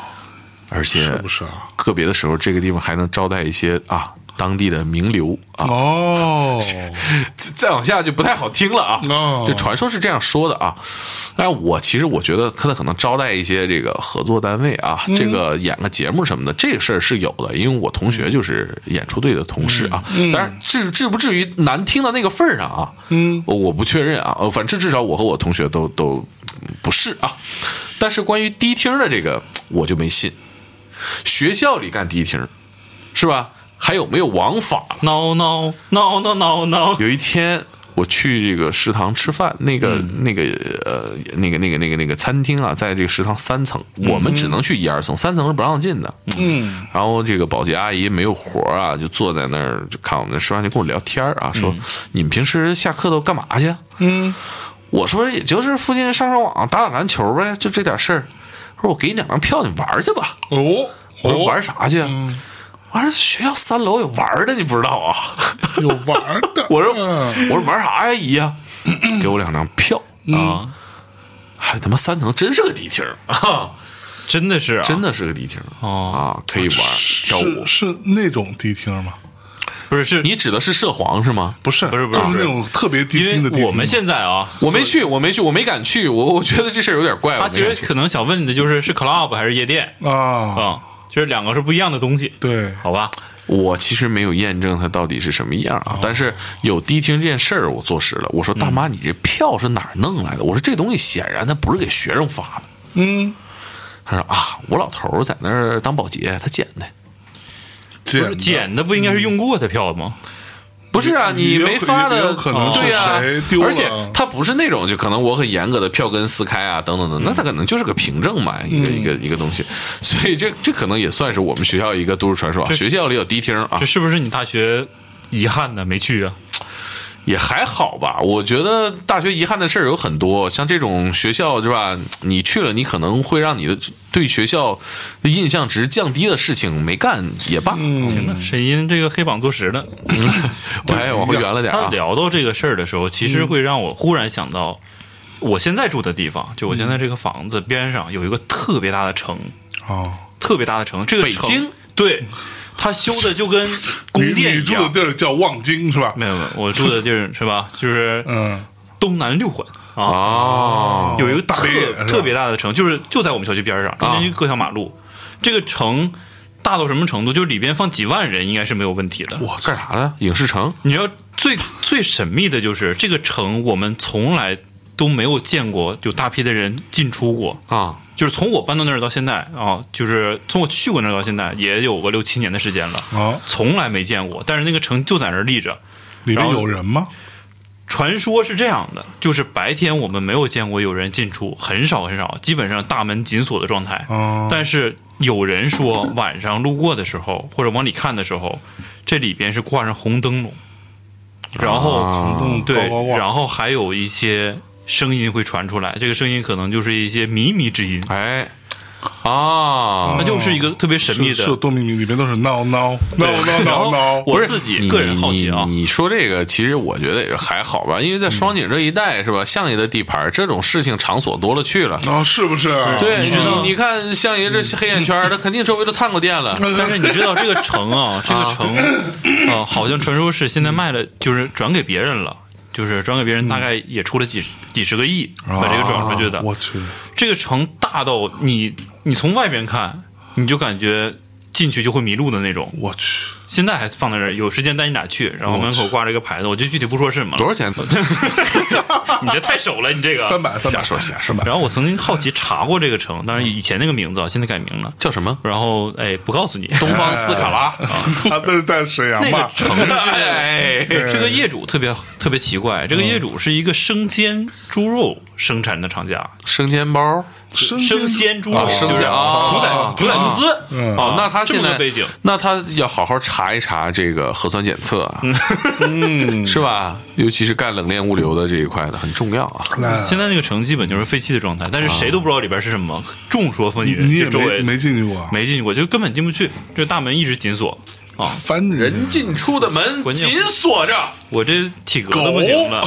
而是且不是啊？个别的时候，这个地方还能招待一些啊当地的名流啊。哦，再再往下就不太好听了啊。哦这传说是这样说的啊，但是我其实我觉得他可能招待一些这个合作单位啊，这个演个节目什么的，这个事儿是有的，因为我同学就是演出队的同事啊。当然至至不至于难听到那个份儿上啊，嗯，我不确认啊，呃反正至少我和我同学都都嗯不是啊。但是关于迪厅的这个，我就没信，学校里干迪厅，是吧？还有没有王法？ no no no no no no，有一天我去这个食堂吃饭，那个、那个呃那个那个那个那个餐厅啊，在这个食堂三层，我们只能去一二层，三层是不让进的。嗯，然后这个保洁阿姨没有活儿啊，就坐在那儿就看我们吃饭，就跟我聊天儿啊，说、你们平时下课都干嘛去？嗯，我说也就是附近上上网、打打篮球呗，就这点事儿。她说我给你两张票，你玩儿去吧。哦，我说哦玩啥去啊？我说学校三楼有玩儿的，你不知道啊？有玩的，我说嗯我说玩啥呀，姨 呀？给我两张票。啊，哎，他妈三层真是个迪厅儿，真的是啊，真的是个迪厅儿哦啊，可以玩儿跳舞是是那种迪厅吗？不是是你指的是涉黄是吗？不是不是不是就是那种特别低因厅的低为厅。我们现在啊，我没去，我没去，我没敢去，我我觉得这事儿有点怪。他我其没敢实去可能想问你的就是是 club 还是夜店啊，啊、就是两个是不一样的东西，对，好吧？我其实没有验证它到底是什么样哦啊，但是有迪厅这件事儿我坐实了。我说大妈，嗯你这票是哪儿弄来的？我说这东西显然它不是给学生发的。嗯，他说啊，我老头儿在那儿当保洁，他捡的。不捡是的捡的不应该是用过的票吗？不是啊，也你没发也的，哦有可能是对呀谁丢了而且他不是那种就可能我很严格的票根撕开啊，等等嗯等，那他可能就是个凭证嘛，一嗯个一个一个东西，所以这这可能也算是我们学校一个都市传说啊。这学校里有迪厅啊这，是不是你大学遗憾呢？没去啊？也还好吧。我觉得大学遗憾的事儿有很多，像这种学校是吧？你去了，你可能会让你的对学校的印象值降低的事情没干也罢。行了，沈音这个黑榜坐实了。我还往回圆了点他啊，聊到这个事儿的时候，其嗯实会让我忽然想到，我现在住的地方，就我现在嗯这个房子边上有一个特别大的城，啊，特别大的城，这个北城京对，它修的就 跟宫你殿你一住的样。地儿叫望京是吧？没有没有，我住的地儿是吧？ 就是嗯，东南六环啊，哦，有一个大特北野是吧哦特别大的城，就是就在我们小区边上，中间一个各条马路。这个城大到什么程度？就是里边放几万人应该是没有问题的。我干啥的？影视城。你要最最神秘的就是这个城，我们从来都没有见过有大批的人进出过。啊，就是从我搬到那儿到现在啊，就是从我去过那儿到现在，也有个六七年的时间了，啊，从来没见过。但是那个城就在那儿立着。里然面后有人吗？传说是这样的，就是白天我们没有见过有人进出，很少很少，基本上大门紧锁的状态。哦啊，但是有人说晚上路过的时候，或者往里看的时候，这里边是挂上红灯笼，然后、啊嗯对高高挂，然后还有一些声音会传出来，这个声音可能就是一些靡靡之音，哎，啊那，就是一个特别神秘是是有的。多秘密，里面都是闹闹闹对闹然闹后闹，不我是自己你个人好奇啊嗯你，你说这个，其实我觉得也还好吧，因为在双井这一带是吧，相爷的地盘，这种事情场所多了去了。啊，是不是？对，哦你知道嗯你你看相爷这黑眼圈，他肯定周围都探过店了。但是你知道这个城啊，这个城啊，好像传说是现在卖了，就是转给别人了，就是转给别人，大概也出了几十几十个亿把这个转出去的啊。我去，这个城大到你你从外边看，你就感觉进去就会迷路的那种。我去，现在还放在这儿，有时间带你俩去。然后门口挂着一个牌子，我就具体不说是什么 多了。少钱？你这太熟了，你这个三。百，三百瞎说瞎三百，然后我曾经好奇查过这个城，当然以前那个名字啊，现在改名了。叫什么？然后哎，不告诉你，东东方斯卡 拉。 他都是在沈阳 那吧个？城的哎，这个这个业主特别特别奇怪，这个业主是一个生鲜猪肉生产的厂家，生煎啊包。生生鲜猪肉，生鲜就是啊屠宰屠宰公司嗯啊哦，那他这现么个在背景，那他要好好查一查这个核酸检测啊，嗯是吧？尤其是干冷链物流的这一块的，很重要啊。来，现在那个城基本就是废弃的状态，但是谁都不知道里边是什么，众说纷纭。你也就周围没没进去过啊，没进去过，就根本进不去，这大门一直紧锁啊！烦你人进出的门关键啊紧锁着，我这体格都不行了，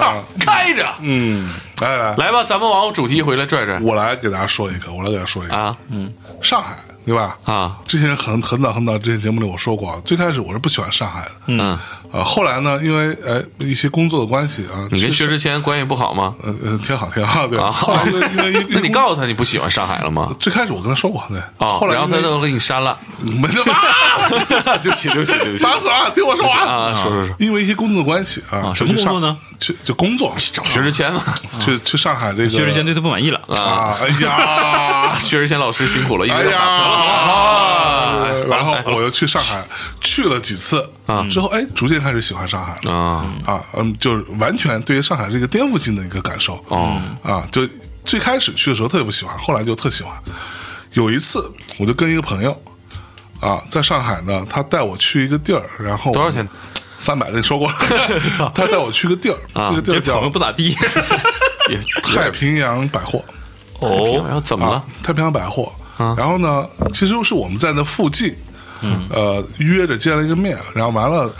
啊！开着。嗯，来来，来吧，咱们往主题回来拽拽我嗯来给大家说一个，我来给大家说一个，啊上海对吧？啊，之前很很早很早之前节目里我说过啊，最开始我是不喜欢上海的，嗯，呃，后来呢，因为呃一些工作的关系啊，你跟去薛之谦关系不好吗？呃呃挺好挺好，对。后来因为 因为因为啊那你告诉他你不喜欢上海了吗？最开始我跟他说过，对，啊 后，来然后因为嗯他都给你删 了，没他妈对不起，对不起，对不起烦死了，听我说完。 啊！说说说， 因为一些工作的关系啊，啊什么就去上工作呢？去就工作，啊找啊薛之谦嘛去去上海这个薛之谦对他不满意了。啊，哎呀啊，， 薛之谦老师辛苦了，一哎直呀，啊然后我又去上海去了几次之后，哎，逐渐开始喜欢上海了啊啊，嗯，就是完全对于上海是一个颠覆性的一个感受哦啊，就最开始去的时候特别不喜欢，后来就特喜欢。有一次，我就跟一个朋友啊，在上海呢，他带我去一个地儿，然后多少钱？三百，那 说过了。他带我去个地儿，啊这个地这儿朋友叫不咋地也太平洋百货哦，然哦，后怎么啊了？，太平洋百货。啊然后呢，其实是我们在那附近，嗯呃，约着见了一个面，然后完了，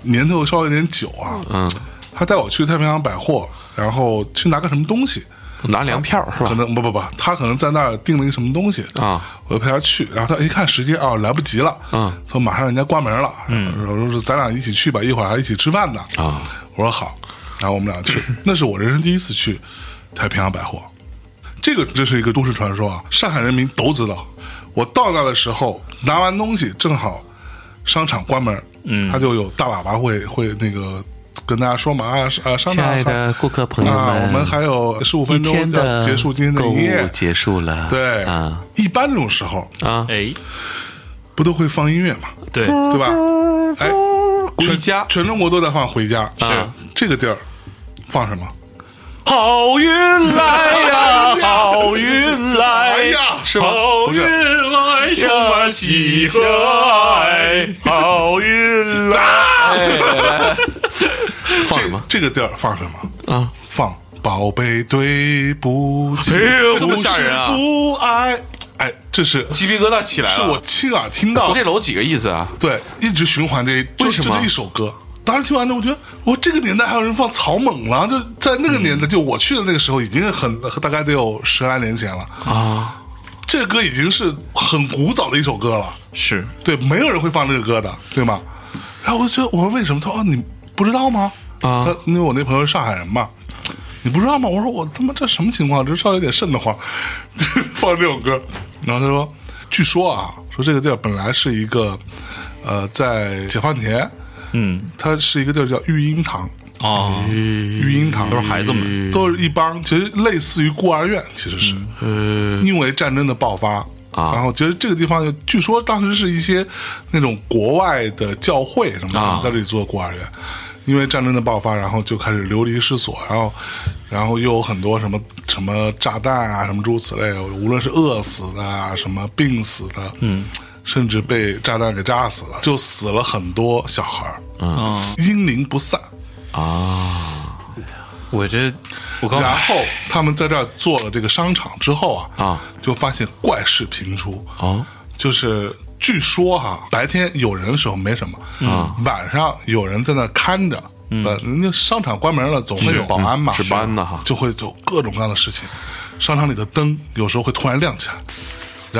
年头稍微有点久啊，嗯，他带我去太平洋百货，然后去拿个什么东西，拿粮票是可吧？能不不不，他可能在那儿订了一个什么东西啊，我就陪他去，然后他一看时间啊、来不及了，嗯，说马上人家关门了，嗯，然后说咱俩一起去吧，一会儿还一起吃饭呢，啊，我说好，然后我们 俩去，那是我人生第一次去太平洋百货，这个这是一个都市传说啊，上海人民都知道。我到那的时候拿完东西，正好商场关门，嗯，他就有大喇叭会会那个跟大家说嘛啊啊，商亲场爱的顾客朋友啊，我们还有十五一分钟天要的结束今天的购营业物，结束了，对啊一般这种时候啊，哎，不都会放音乐嘛，对，对吧？哎，全回家全中国都在放《回家》，啊这个地儿放什么？好运 来哎呀，好运哎来，呀，是吗？好不是运来，充满喜和爱，好运来。哎，来放什这么这个地儿放什么？啊？放《宝贝对不起》哎呦不是这么吓人啊不爱，哎，这是鸡皮疙瘩起来是了。我亲耳听到，这楼几个意思啊？对，一直循环这就为什么就这一首歌。当时听完之后，我觉得我这个年代还有人放草蜢了，就在那个年代，嗯就我去的那个时候，已经是很大概得有十来年前了啊。这歌已经是很古早的一首歌了，是，对，没有人会放这个歌的，对吗？然后我就觉得，我说为什么？他说、啊、你不知道吗？啊他因为我那朋友是上海人嘛，你不知道吗？我说我他妈这什么情况？这稍微有点瘆得慌， 放这首歌。然后他说，据说啊，说这个地儿本来是一个，呃，在解放前，嗯，它是一个地儿叫育婴堂，哦，育婴堂都是孩子们，嗯都是一帮，其实类似于孤儿院，其实是，因为战争的爆发。嗯呃啊然后其实这个地方，据说当时是一些那种国外的教会什么的、啊在这里做孤儿院，因为战争的爆发，然后就开始流离失所，然后，然后又有很多什么什么炸弹啊，什么诸如此类，无论是饿死的啊，什么病死的，嗯，甚至被炸弹给炸死了，就死了很多小孩儿，嗯，阴灵不散。我这，我刚然后他们在这儿做了这个商场之后啊，啊，就发现怪事频出，哦，就是据说哈、白天有人的时候没什么，嗯晚上有人在那看着，嗯，人家商场关门了，总会有保安嘛，嗯值班的哈就会有各种各样的事情。商场里的灯有时候会突然亮起来，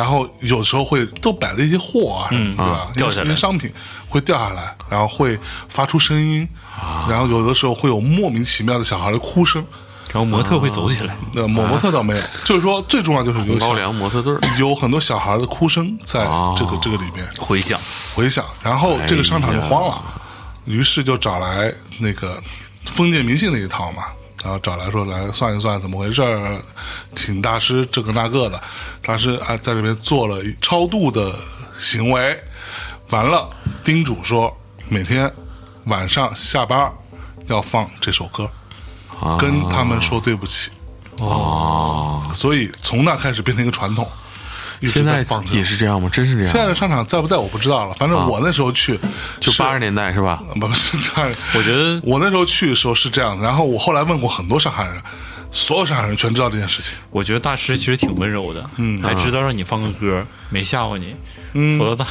然后有时候会都摆了一些货啊，嗯什么的对吧？掉下来因为商品会掉下来，然后会发出声音，啊然后有的时候会有莫名其妙的小孩的哭声。然后模特会走起来，那模模呃特倒没有，就是说最重要就是有啊高小粱模特队儿有很多小孩的哭声在哦这个、这个里面回想，回响，然后这个商场就哎呀慌了，于是就找来那个封建迷信那一套嘛，然后找来说来算一算怎么回事儿，请大师这个那个的，大师啊在这边做了一超度的行为，完了叮嘱说每天晚上下班儿要放这首歌，啊跟他们说对不起。哦，所以从那开始变成一个传统，一直现在放着。也是这样吗？真是这样现在吗？的商场在不在我不知道了，反正我那时候去就八十年，年代是吧？ 不是这样。我觉得我那时候去的时候是这样的，然后我后来问过很多上海人，所有上海人全知道这件事情。我觉得大师其实挺温柔的，嗯，还知道让你放个歌，没吓唬你，嗯，否则大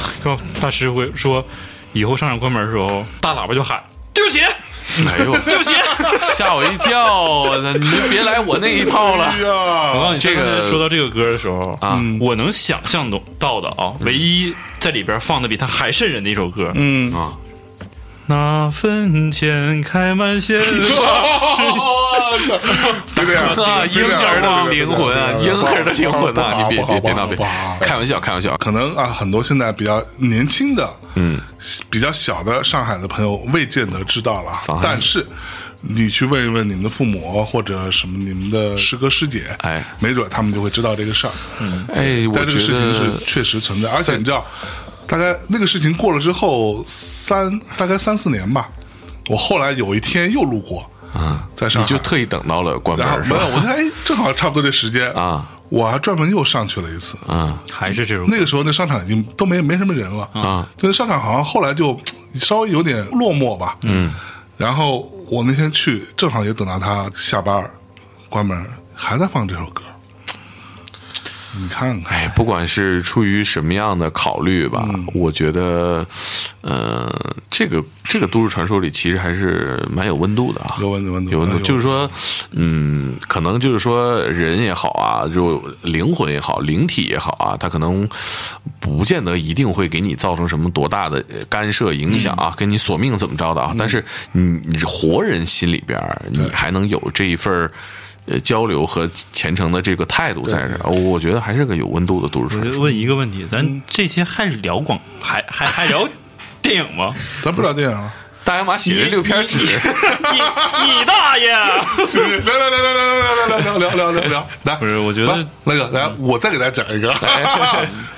大师会说，以后商场关门的时候，大喇叭就喊对不起，哎呦，对不 起。吓我一跳！我操，你们别来我那一套了。我告呀，诉你，这这个嗯个说到这个歌的时候啊，我能想象到到的啊，唯一在里边放的比他还瘆人的一首歌，嗯，啊，那坟前开满鲜花， 对不对啊？啊，婴儿的灵魂啊，婴儿的灵魂啊！你别别别闹别不好，，开玩笑开玩笑。可能啊，很多现在比较年轻的，嗯，比较小的上海的朋友未见得知道了上啊海，但是你去问一问你们的父母或者什么你们的师哥师姐，哎没准他们就会知道这个事儿。嗯，哎，我但这觉个事情是得确实存在，而且你知道，大概那个事情过了之后三大概三四年吧，我后来有一天又路过，嗯，在上啊你海就特意等到了关然后门是没吧有，？我看哎，正好差不多这时间啊，我还专门又上去了一次，啊，还是这首歌，那个时候那商场已经都没没什么人了啊，就那商场好像后来就稍微有点落寞吧，嗯，然后我那天去正好也等到他下班儿关门儿，还在放这首歌，你看看，哎，不管是出于什么样的考虑吧，我觉得，呃，这个这个都市传说里其实还是蛮有温度的啊，有温度温度有温哎度。呦就是说，嗯，可能就是说人也好啊，就灵魂也好，灵体也好啊，它可能不见得一定会给你造成什么多大的呃干涉影响嗯啊，跟你索命怎么着的啊。但是你你活人心里边儿，你还能有这一份儿呃交流和虔诚的这个态度在这儿，哦我觉得还是个有温度的都市我传就说。问一个问题，咱这期还聊广，还还还聊电影吗？咱不聊电影了，大洋马写了六篇纸，你你大爷！是不是聊聊聊聊聊聊聊聊聊聊聊，来，不是我觉得来那个来，我再给大家讲一个，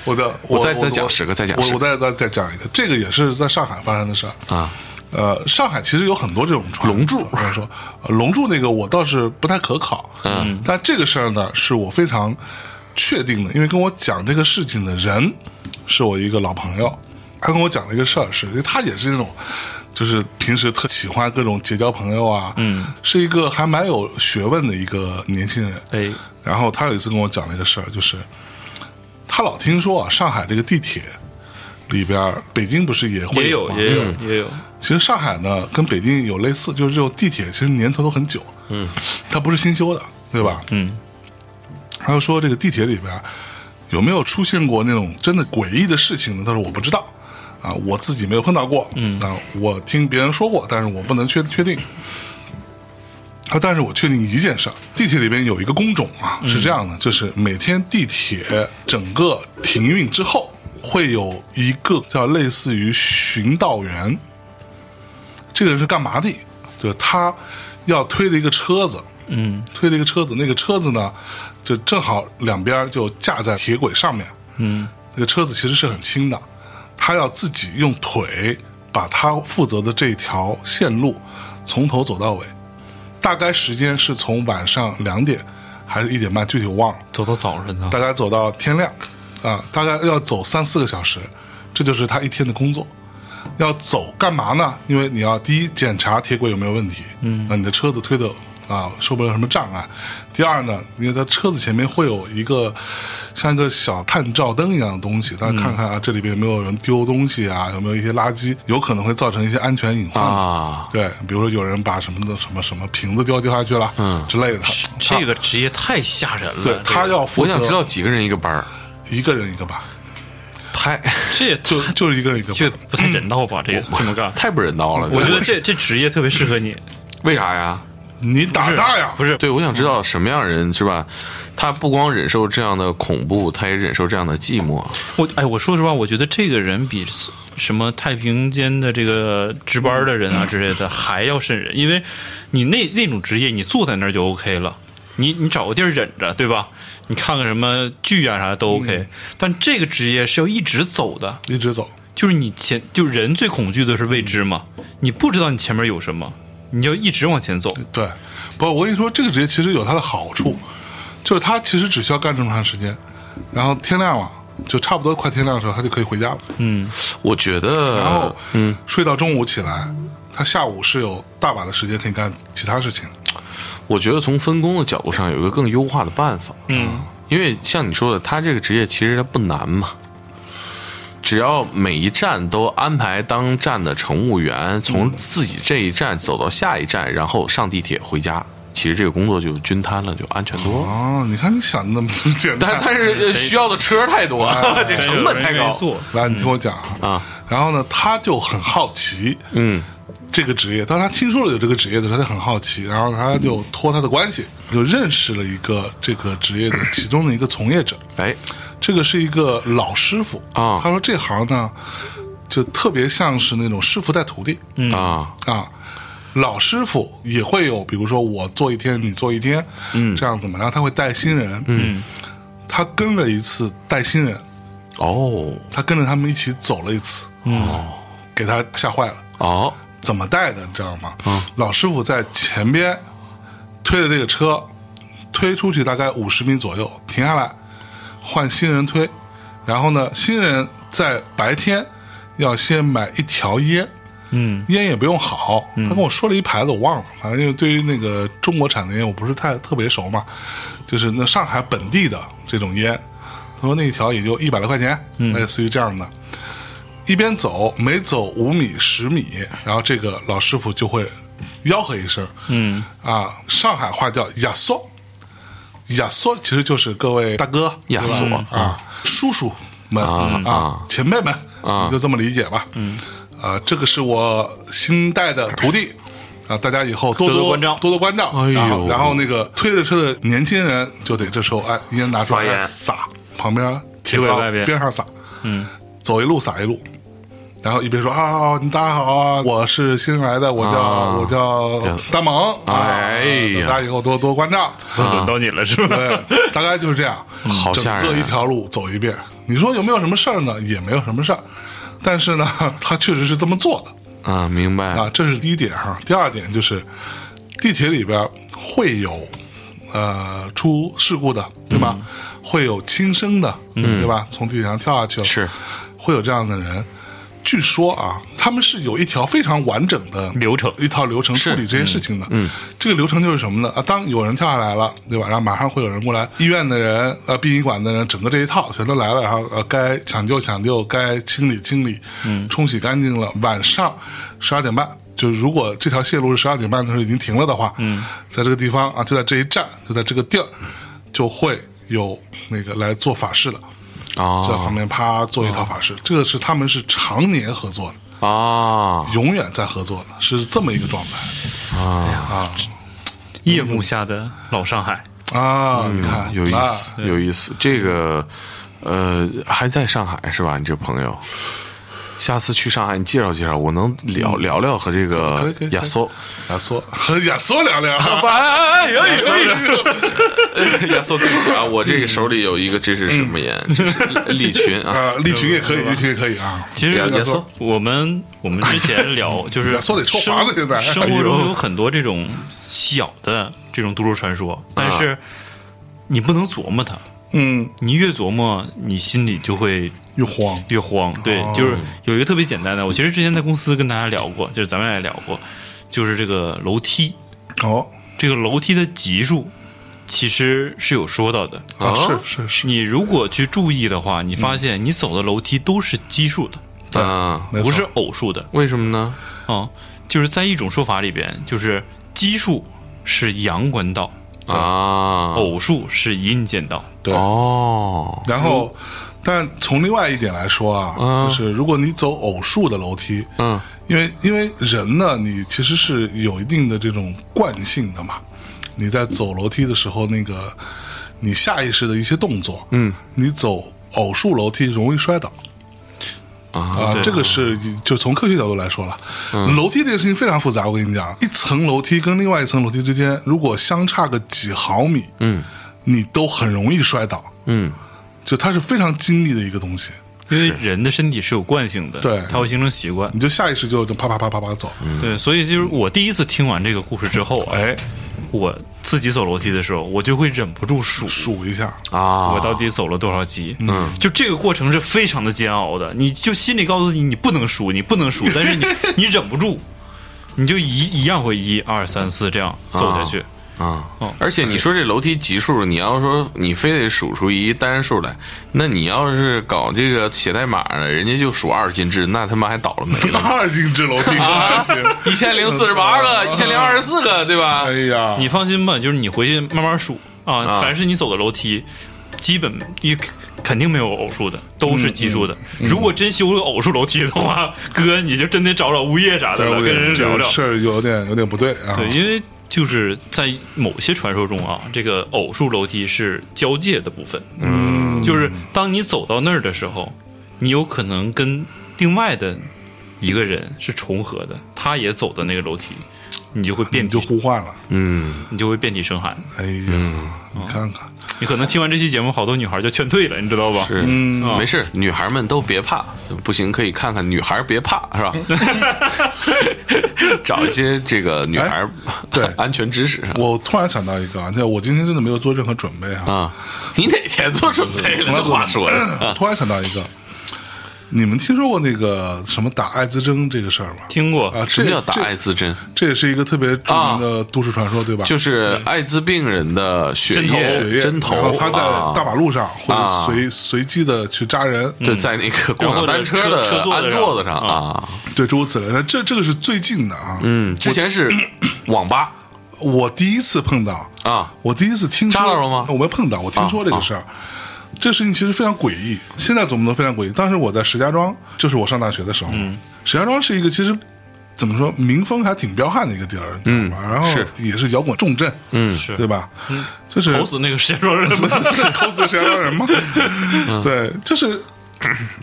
我的，我再再讲十个再讲我十我再再再讲一个，这个也是在上海发生的事儿啊。 呃，上海其实有很多这种传龙柱我跟说，呃龙柱那个我倒是不太可考，嗯，但这个事儿呢，是我非常确定的，因为跟我讲这个事情的人是我一个老朋友，他跟我讲了一个事儿，是因为他也是那种。就是平时特喜欢各种结交朋友啊，嗯，是一个还蛮有学问的一个年轻人，哎，然后他有一次跟我讲了一个事儿，就是他老听说啊，上海这个地铁里边儿，北京不是也会也有嗯吗也有也有，其实上海呢跟北京有类似，就是这种地铁其实年头都很久，嗯，它不是新修的，对吧？嗯，他就说这个地铁里边儿有没有出现过那种真的诡异的事情呢？他说我不知道。啊，我自己没有碰到过，嗯，啊，我听别人说过，但是我不能确确定。啊，但是我确定一件事儿，地铁里边有一个工种啊，是这样的，就是每天地铁整个停运之后，会有一个叫类似于巡道员，这个人是干嘛的？就是他要推着一个车子，嗯，推了一个车子，那个车子呢，就正好两边就架在铁轨上面。嗯，那个车子其实是很轻的，他要自己用腿把他负责的这条线路从头走到尾，大概时间是从晚上两点还是一点半，具体我忘了，走到早晨呢大，概走到天亮，啊，大概要走三四个小时，这就是他一天的工作。要走干嘛呢？因为你要第一检查铁轨有没有问题，嗯，那你的车子推的啊受不了什么障碍。第二呢，因为它车子前面会有一个像一个小探照灯一样的东西，嗯大家看看啊，这里边有没有人丢东西啊，有没有一些垃圾，有可能会造成一些安全隐患。啊，对，比如说有人把什么的什么什么瓶子掉掉下去了，嗯之类的。他这个职业太吓人了。对这他个要负我责想知道几个人一个班儿，一个人一个吧，太，这也太就就是一个人一个这吧。不太人道吧？这个这么干 太不人道了。我对觉得这这职业特别适合你。为啥呀？你打大啊呀？不是 对，我想知嗯道什么样人是吧？他不光忍受这样的恐怖，他也忍受这样的寂寞。我，哎，我说实话，我觉得这个人比什么太平间的这个值班的人啊之类的还要瘆人，因为你那那种职业，你坐在那儿就 OK 了，你你找个地儿忍着，对吧？你看看什么剧啊啥都 OK，、但这个职业是要一直走的，一直走，就是你前就人最恐惧的是未知嘛，你不知道你前面有什么，你要一直往前走。对，不，我跟你说，这个职业其实有它的好处，就是他其实只需要干这么长时间，然后天亮了，就差不多快天亮的时候，他就可以回家了，我觉然后啊得，嗯，睡到中午起来，他下午是有大把的时间可以干其他事情的，我觉得从分工的角度上有一个更优化的办法。嗯，因为像你说的，他这个职业其实他不难嘛，只要每一站都安排当站的乘务员嗯从自己这一站走到下一站，然后上地铁回家，其实这个工作就均摊了，就安全多了。哦，你看你想的那么 简单，但但是呃需要的车太多，啊这成本太有人愿高意。做来，你听我讲啊。然后呢，他就很好奇，嗯，这个职业。当他听说了有这个职业的时候，他就很好奇，然后他就托他的关系，就认识了一个这个职业的其中的一个从业者。哎，这个是一个老师傅啊他说这行呢，就特别像是那种师傅带徒弟，嗯啊，啊。老师傅也会有，比如说我做一天，你做一天，嗯，这样子嘛。然后他会带新人，嗯，他跟了一次带新人，哦，他跟着他们一起走了一次，哦，给他吓坏了。哦，怎么带的，你知道吗？老师傅在前边推着这个车，推出去大概五十米左右，停下来换新人推，然后呢，新人在白天要先买一条烟，嗯，烟也不用好，他跟我说了一牌子，我忘了，反正因为对于那个中国产的烟，我不是太特别熟嘛，就是那上海嗯本地的这种烟，他说那一条也就一百来块钱，类似于这样的。一边走，每走五米、十米，然后这个老师傅就会吆喝一声，嗯，啊，上海话叫亚索，亚索其实就是各位大哥亚索对吧啊，叔叔们嗯啊啊，前辈们啊你就这么理解吧，嗯，啊，这个是我新带的徒弟。啊，大家以后多多多关照多多关照。哎呦然后，然后那个推着车的年轻人就得这时候哎，烟拿出来发言哎撒旁边铁铁轨道外边边上撒，走一路撒一路，然后一边说啊，你大家好啊，我是新来的，我叫、啊我叫大猛，啊哎呀大家以后多多关照。轮到你了是吧？对，大概就是这样，好整吓人啊个一条路走一遍。你说有没有什么事儿呢？也没有什么事儿，但是呢， 他确实是这么做的啊，明白啊，这是第一点哈。第二点就是，地铁里边会有呃出事故的，对吧？会有轻生的，对吧？从地铁上跳下去了，是会有这样的人。据说啊，他们是有一条非常完整的流程一套流程处是理这些事情的。嗯，这个流程就是什么呢？啊，当有人跳下来了，对吧？然后马上会有人过来，医院的人、呃，殡仪馆的人，整个这一套全都来了，然后呃，该抢救抢救，该清理清理，嗯，冲洗干净了。晚上十二点半，就是如果这条线路是十二点半的时候已经停了的话，嗯，在这个地方啊，就在这一站，就在这个地儿，就会有那个来做法事的。就在啊旁边啪做一套法事，这个是他们是常年合作的，啊！永远在合作的，是这么一个状态哎夜幕下的老上海，啊！你看，有意啊思，有意思。这个，呃，还在上海是吧？你这朋友，下次去上海你介绍介绍，我能聊聊聊和这嗯可个以可以亚索。亚索 和亚索聊聊，哎哎哎哎！ 亚索，对不起啊，我这个手里有一个，这是什么烟？嗯就是利群 啊，啊，利群也可以，利群也可以啊。其实亚亚索我们我们之 前聊就是亚索得臭生麻子现在哎生活中有很多这种小的这种都市传说，但啊是你不能琢磨它，嗯，你越琢磨，你心里就会又慌，越慌。对哦，就是有一个特别简单的，我其实之前在公司跟大家聊过，就是咱们俩也聊过，就是这个楼梯，哦这个楼梯的级数其实是有说到的。啊，啊是是是，嗯你如果去注意的话，你发现你走的楼梯都是奇数的，啊，没错不是偶数的为什么呢？啊、就是在一种说法里边，就是奇数是阳关道，啊，偶数是阴间道。哦对。哦，然后，但从另外一点来说啊，嗯就是如果你走偶数的楼梯，嗯，因为因为人呢，你其实是有一定的这种惯性的嘛。你在走楼梯的时候，那个你下意识的一些动作，嗯，你走偶数楼梯容易摔倒啊啊，嗯这个是就从科学角度来说了。楼梯这个事情非常复杂，我跟你讲，一层楼梯跟另外一层楼梯之间，如果相差个几毫米，嗯你都很容易摔倒。嗯，就它是非常精密的一个东西，因为人的身体是有惯性的，对嗯它会形成习惯你，就下意识就就啪啪啪啪啪走，嗯对，所以就是我第一次听完这个故事之后啊，哎，我自己走楼梯的时候，我就会忍不住数，数一下，啊，我到底走了多少级？嗯，就这个过程是非常的煎熬的，你就心里告诉你你不能数，你不能 数，但是你你忍不住，你就一一样会一二三四这样走下去。啊哦，而且你说这楼梯级数，你要说你非得数出一单数来，那你要是搞这个写代码呢，人家就数二进制，那他妈还倒了霉了。二进制楼梯啊还行， 一千零四十八 个，一千零二十四个，对吧哎？呀，你放心吧，就是你回去慢慢数啊，啊凡是你走的楼梯。基本一肯定没有偶数的，都是奇数的。如果真修个偶数楼梯的话，哥你就真得找找物业啥的对了，我跟人聊聊。事儿有点有点不对啊，对，因为就是在某些传说中啊，这个偶数楼梯是交界的部分，嗯，就是当你走到那儿的时候，你有可能跟另外的一个人是重合的，他也走的那个楼梯，你就会遍你体就，互换了，嗯，你就会遍体生寒。哎呀，你看看，你可能听完这期节目，好多女孩就劝退了，你知道吧？是，嗯没事，女孩们都别怕，不行可以看看《女孩别怕》，是吧？ 找一些这个女孩哎对 安全知识我突然想到一个啊，就我今天真的没有做任何准备啊， 啊。你哪天做准备了？这话说的，突然想到一个，你们听说过那个什么打艾滋针这个事儿吗？听过啊，什这么叫打这艾滋针？这也是一个特别著名的都市传说，对吧？就是艾滋病人的血血液液针然后头，他在啊大马路上或者啊嗯随随机的去扎人，就在那个共享单嗯然后的车车座子安上座子上啊啊。对诸如此类的。这这个是最近的啊，嗯，之前是网吧我第一次碰到，啊，我第一次听说扎到了吗啊我没碰到，我听说这个事儿。这个事情其实非常诡异，现在总不能非常诡异。当时我在石家庄，就是我上大学的时候，嗯石家庄是一个其实怎么说民风还挺彪悍的一个地儿，你知道吗？然后嗯是也是摇滚重镇，嗯是对吧？就是投死那个石家庄人 吧。抠死石家庄人嘛。对，就是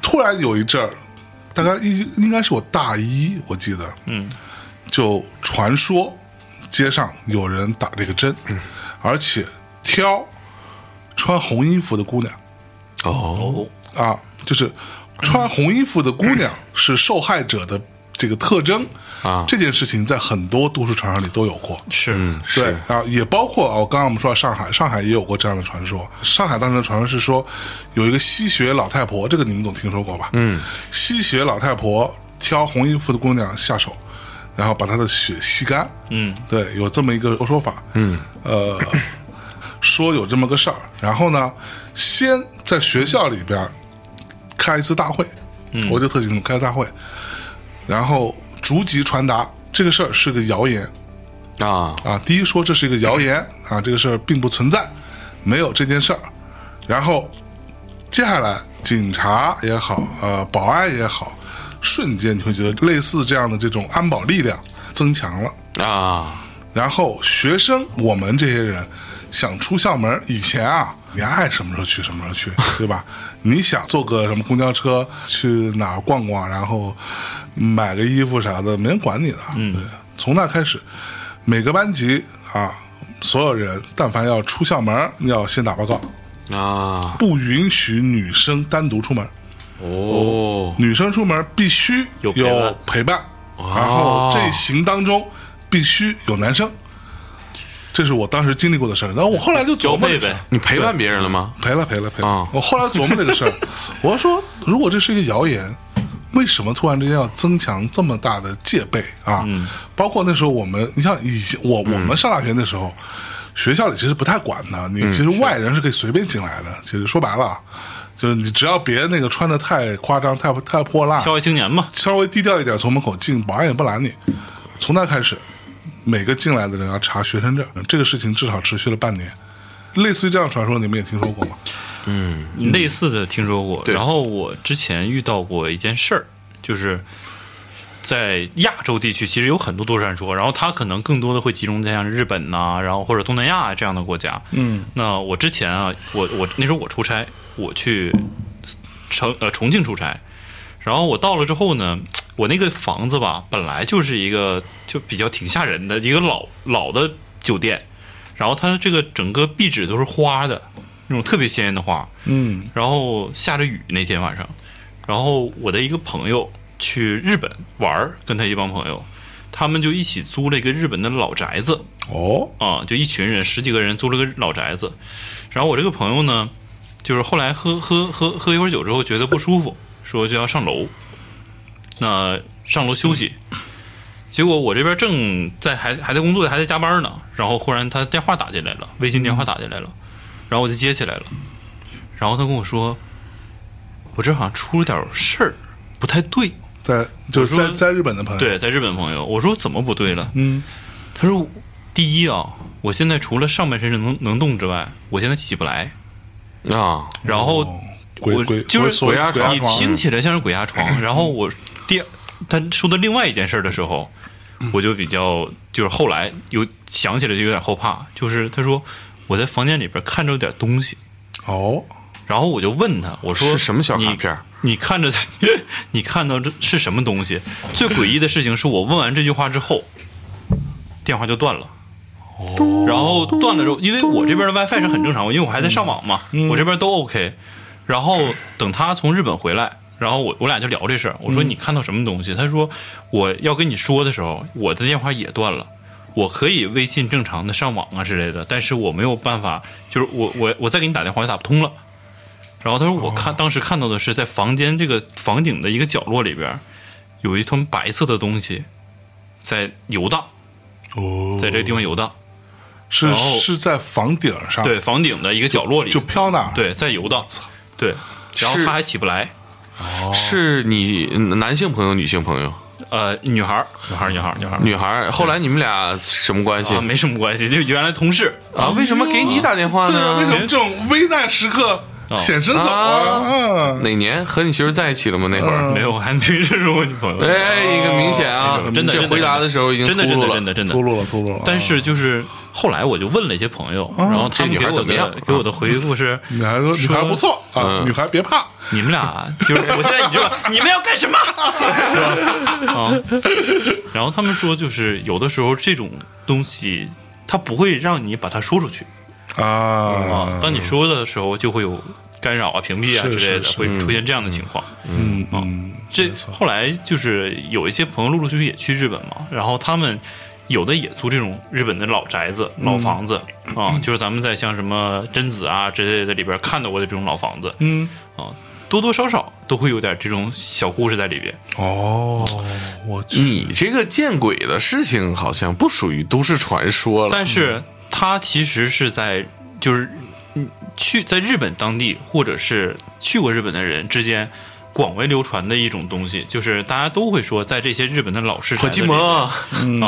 突然有一阵儿，大概一应该是我大一，我记得，嗯，就传说街上有人打这个针，而且挑穿红衣服的姑娘哦，啊，就是穿红衣服的姑娘是受害者的这个特征啊这件事情在很多都市传说里都有过，是，对啊，也包括哦，刚刚我们说到上海，上海也有过这样的传说。上海当时的传说是说，有一个吸血老太婆，这个你们总听说过吧？嗯，吸血老太婆挑红衣服的姑娘下手，然后把她的血吸干。嗯，对，有这么一个说法。嗯，呃，说有这么个事儿，然后呢，先在学校里边开一次大会，嗯、我就特清楚开大会，然后逐级传达这个事儿是个谣言。啊，啊，第一说这是一个谣言啊，这个事儿并不存在，没有这件事儿。然后接下来警察也好，呃，保安也好，瞬间你会觉得类似这样的这种安保力量增强了。啊，然后学生，我们这些人想出校门以前啊，你爱什么时候去什么时候去，对吧？你想坐个什么公交车去哪儿逛逛，然后买个衣服啥的，没人管你的。嗯，从那开始，每个班级啊，所有人但凡要出校门，要先打报告，啊，不允许女生单独出门。哦，女生出门必须有陪伴哦陪伴，然后这一行当中必须有男生。这是我当时经历过的事儿，然后我后来就琢交磨配这个事呗儿，你陪伴别人了吗？陪了陪了陪了。啊我后来琢磨这个事 儿，我说如果这是一个谣言，为什么突然之间要增强这么大的戒备啊？嗯包括那时候我们，你像以前我我们上大学那时候，学校里其实不太管的，嗯你其实外人是可以随便进来的。其实说白了啊，就是你只要别那个穿的太夸张、太太泼辣，校外青年嘛，稍微低调一点，从门口进，保安也不拦你。从那开始，每个进来的人要查学生证，这个事情至少持续了半年。类似于这样的传说，你们也听说过吗？类似的听说过。对然后我之前遇到过一件事儿，就是在亚洲地区，其实有很多都市传说，然后它可能更多的会集中在像日本呐、然后或者东南亚这样的国家。嗯，那我之前啊，我我那时候我出差，我去重呃重庆出差，然后我到了之后呢，我那个房子吧，本来就是一个就比较挺吓人的一个老老的酒店，然后它这个整个壁纸都是花的，那种特别鲜艳的花。嗯然后下着雨那天晚上，然后我的一个朋友去日本玩儿，跟他一帮朋友，他们就一起租了一个日本的老宅子哦，啊，就一群人十几个人租了个老宅子。然后我这个朋友呢，就是后来喝喝喝喝一会儿酒之后觉得不舒服，说就要上楼，那上楼休息。结果我这边正在还还在工作，还在加班呢，然后忽然他电话打进来了，微信电话打进来了，然后我就接起来了，然后他跟我说，我这好像出了点事儿，不太对。在就是我在说在日本的朋友，，对，在日本朋友，我说怎么不对了？嗯，他说：“第一啊，我现在除了上半身能能动之外，我现在起不来。啊，然后哦我鬼鬼就是所谓啊鬼压鬼压你床听起来像是鬼 压床。然后我第二他说的另外一件事儿的时候，嗯我就比较就是后来有想起来就有点后怕，就是他说我在房间里边看着有点东西，哦，然后我就问他，我说是什么小卡你片儿你看着， 你看到这是什么东西？最诡异的事情是我问完这句话之后，电话就断了。然后断了之后，因为我这边的 WiFi 是很正常，因为我还在上网嘛，我这边都 OK。然后等他从日本回来，然后我我俩就聊这事儿。我说你看到什么东西？他说我要跟你说的时候，我的电话也断了。我可以微信正常的上网啊之类的，但是我没有办法，就是我我我再给你打电话也打不通了。然后他说我看、当时看到的是在房间这个房顶的一个角落里边，有一团白色的东西在游荡，哦，在这个地方游荡，是然后是在房顶上，，对，房顶的一个角落里啊就飘那儿，，对，在游荡，对，然后是他还起不来，哦是你男性朋友、女性朋友、呃，女孩儿，女孩儿，女孩儿，女孩儿。女孩儿？后来你们俩什么关系啊，没什么关系，就原来同事啊？为什么给你打电话对啊，嗯为什呢？么这种危难时刻哦显身手啊？嗯哪年和你媳妇儿在一起了吗？那会儿？没有，我还没认识过女朋友。哎，一个明显啊没呃有，真的这回答的时候已经真的秃真噜的了真的真的秃。噜了，秃噜了。但啊是就是后来我就问了一些朋友，然后他们这女给孩我怎么样的给我的回复是，嗯女孩说，女孩不错啊，女孩别怕，你们俩就是我现在已经说 你们要干什么，是吧？啊，然后他们说就是有的时候这种东西它不会让你把它说出去啊啊，，当你说的时候就会有干扰啊、屏蔽啊是之类的是，是会出现这样的情况。嗯嗯，这后来就是有一些朋友陆陆续续也去日本嘛，然后他们有的也租这种日本的老宅子、老房子嗯啊，就是咱们在像什么贞子啊之类的里边看到过的这种老房子，嗯啊，多多少少都会有点这种小故事在里边。哦，我去，你这个见鬼的事情好像不属于都市传说了。但嗯是它其实是在就是嗯去在日本当地或者是去过日本的人之间。广为流传的一种东西，就是大家都会说，在这些日本的老式宅火子鸡里边魔，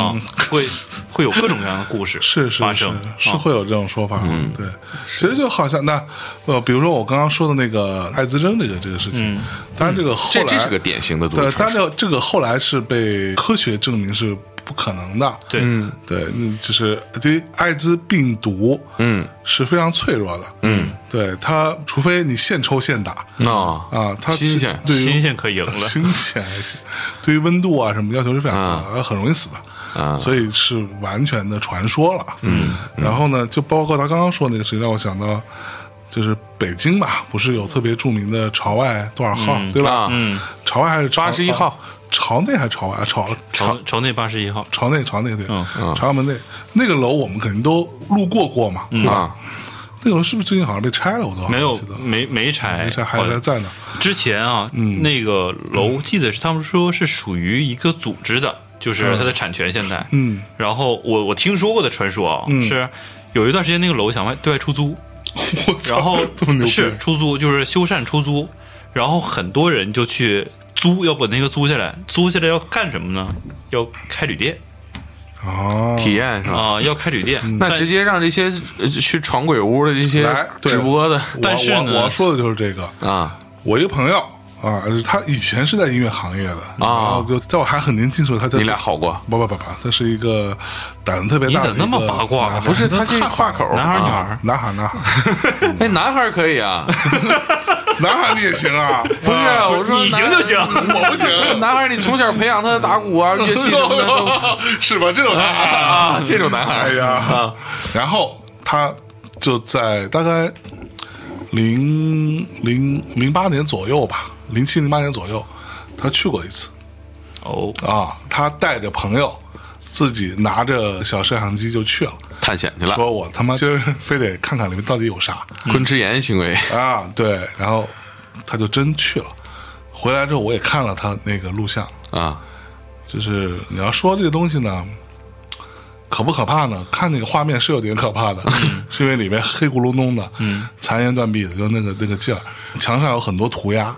啊，会会有各种各样的故事嗯 是是发是生，是啊会有这种说法，嗯对，其实就好像那呃，比如说我刚刚说的那个呃艾滋症这个这个事情，当然这个后嗯这来这是个典型的都对，市传但是说。这个后来是被科学证明是不可能的。对，对，嗯就是对于艾滋病毒，嗯是非常脆弱的。嗯，对它，除非你现抽现打那啊，它新鲜对于新鲜可以赢了。新鲜，对于温度啊什么要求是非常高的，很容易死的，啊所以是完全的传说了。嗯，然后呢，就包括他刚刚说那个事情，让我想到。就是北京吧，不是有特别著名的朝外多少号，对吧啊？嗯，朝外还是朝啊81号？朝内还是朝外？啊朝朝朝内八十一号，朝内，朝内对嗯，朝阳门内那个楼我们肯定都路过过嘛，对吧？啊，那个楼是不是最近好像被拆了？我都好像嗯没有嗯哎记得没没拆，这还在在呢。之前啊，嗯那个楼记得是他们说是属于一个组织的，就是它的产权现在。嗯，然后我我听说过的传说啊，是有一段时间那个楼想外对外出租，我操， 然后这么牛逼是出租，就是修缮出租，然后很多人就去租，要把那个租下来，租下来要干什么呢？要开旅店啊！嗯体验是吧？啊、要开旅店。那但直接让这些呃去闯鬼屋的这些来对直播的我但是我呢我要说的就是这个。啊，我一个朋友啊，他以前是在音乐行业啊的，然后就在我还很年轻的时候，他就你俩好过？不不不不，他是一个胆子特别大的一个你怎么那么八卦男孩不是他这太话口，男孩儿女孩啊儿男孩男孩哎，男孩儿可以啊， 男孩你也行 啊，不是啊我说你行就行，我不行，男孩儿你从小培养他打鼓啊、乐器什么 的都是吧？这种男孩儿，啊，这种男孩哎 儿啊呀， 然后他就在大概零零零八年左右吧，零七零八年左右，他去过一次，哦，啊，他带着朋友，自己拿着小摄像机就去了，探险去了，说我他妈今儿非得看看里面到底有啥昆池岩行为啊！对，然后他就真去了。回来之后我也看了他那个录像，啊，就是你要说这个东西呢，可不可怕呢？看那个画面是有点可怕的，嗯 是因为里面黑咕隆咚的，嗯，残垣断壁的，就那个那个劲儿，墙上有很多涂鸦，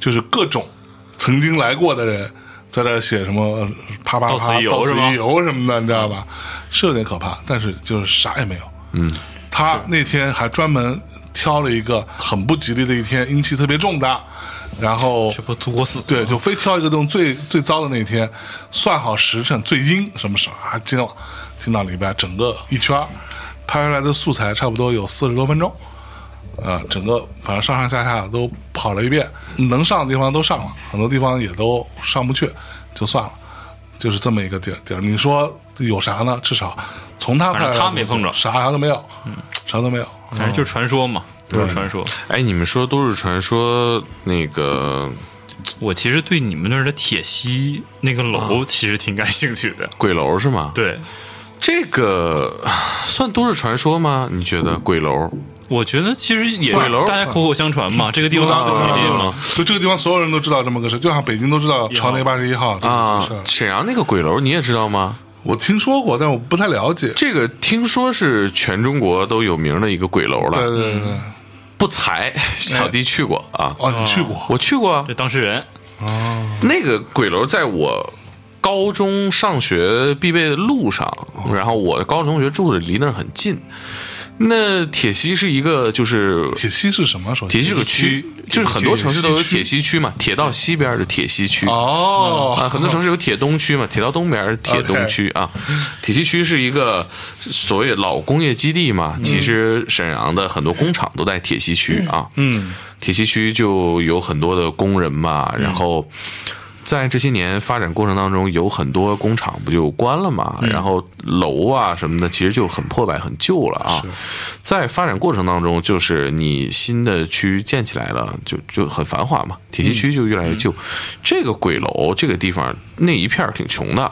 就是各种曾经来过的人在这儿写什么呃啪啪到此啪、一游到此是吗一游什么的，你知道吧？是有点可怕，但是就是啥也没有。嗯，他那天还专门挑了一个很不吉利的一天，阴气特别重的。然后这不作死？对，就非挑一个洞最最糟的那一天，算好时辰最阴什么时候啊？今晚听到里边整个一圈儿拍出来的素材差不多有四十多分钟，呃，整个反正上上下下都跑了一遍，能上的地方都上了，很多地方也都上不去，就算了，就是这么一个地儿地儿。你说有啥呢？至少从他反拍正来的他没碰着嗯啥啥都没有，啥都没有。嗯反正就是传说嘛，就是传说。哎，你们说都市传说那个我其实对你们那儿的铁西那个楼啊其实挺感兴趣的。鬼楼是吗？对，啊这个算都市传说吗？你觉得鬼楼？我觉得其实也算了是大家口口相传嘛，这个地方大家不都知吉利啊道嘛。，就这个地方所有人都知道这么个事，就像北京都知道朝内八十一号这个啊事儿。，沈阳那个鬼楼你也知道吗？我听说过，但我不太了解。这个听说是全中国都有名的一个鬼楼对了，对对对，不 才小弟去过啊，哦，你去过？我去过啊这当事人那个鬼楼，在我高中上学必备的路上，然后我的高中同学住的离那儿很近。那铁西是一个就是铁西是什么？首铁西先是个区，就是很多城市都有铁西区嘛，铁道西边的铁西区。哦，啊，很多城市有铁东区嘛，铁道东边是铁东区啊，铁西区是一个所谓老工业基地嘛。其实沈阳的很多工厂都在铁西区啊，嗯，铁西区就有很多的工人嘛，然后在这些年发展过程当中，有很多工厂不就关了嘛，然后楼啊什么的，其实就很破败、很旧了啊。在发展过程当中，就是你新的区建起来了，就就很繁华嘛，铁西区就越来越旧。这个鬼楼这个地方那一片儿挺穷的。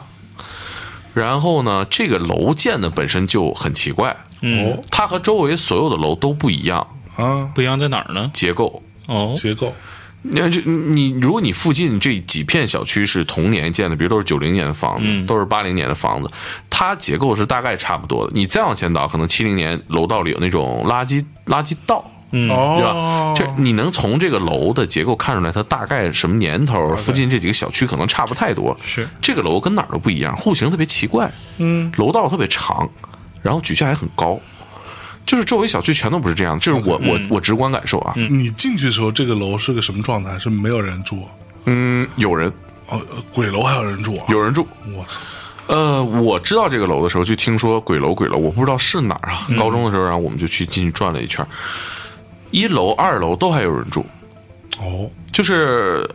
然后呢，这个楼建的本身就很奇怪，嗯哦它和周围所有的楼都不一样，啊，不一样在哪儿呢？结构嗯哦，结构你看，这你如果你附近这几片小区是同年建的，比如都是九零年的房子，都是八零年的房子，它结构是大概差不多的。你再往前倒，可能七零年楼道里有那种垃圾垃圾道，嗯对吧哦？，这你能从这个楼的结构看出来，它大概什么年头，附近这几个小区可能差不太多。是这个楼跟哪儿都不一样，户型特别奇怪，嗯，楼道特别长，然后举架还很高，就是周围小区全都不是这样，这是我、我我直观感受啊。你进去的时候，这个楼是个什么状态？是没有人住？嗯，有人哦，呃鬼楼还有人住啊？有人住。我操！呃，我知道这个楼的时候，就听说鬼楼鬼楼，我不知道是哪儿啊。高中的时候，然后我们就去进去转了一圈儿，一楼、二楼都还有人住，哦，就是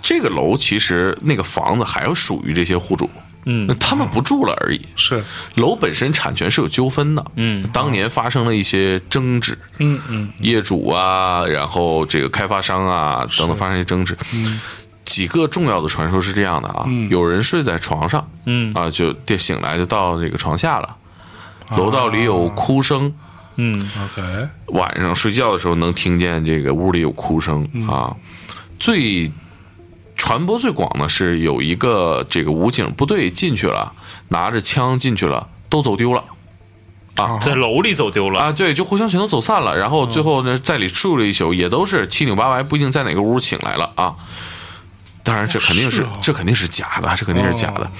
这个楼其实那个房子还属于这些户主，嗯，他们不住了而已。是，楼本身产权是有纠纷的，嗯，当年发生了一些争执，嗯嗯，业主啊，然后这个开发商啊等等发生一些争执。几个重要的传说是这样的啊，有人睡在床上，嗯啊，就得醒来就到这个床下了，楼道里有哭声，嗯啊 OK，晚上睡觉的时候能听见这个屋里有哭声、啊。最传播最广的是有一个这个武警部队进去了，拿着枪进去了，都走丢了。在楼里走丢了，啊，对，就互相全都走散了，然后最后呢，在里住了一宿，也都是七扭八歪，不一定在哪个屋请来了啊。当然，这肯定是、是啊这肯定是假的，这肯定是假的。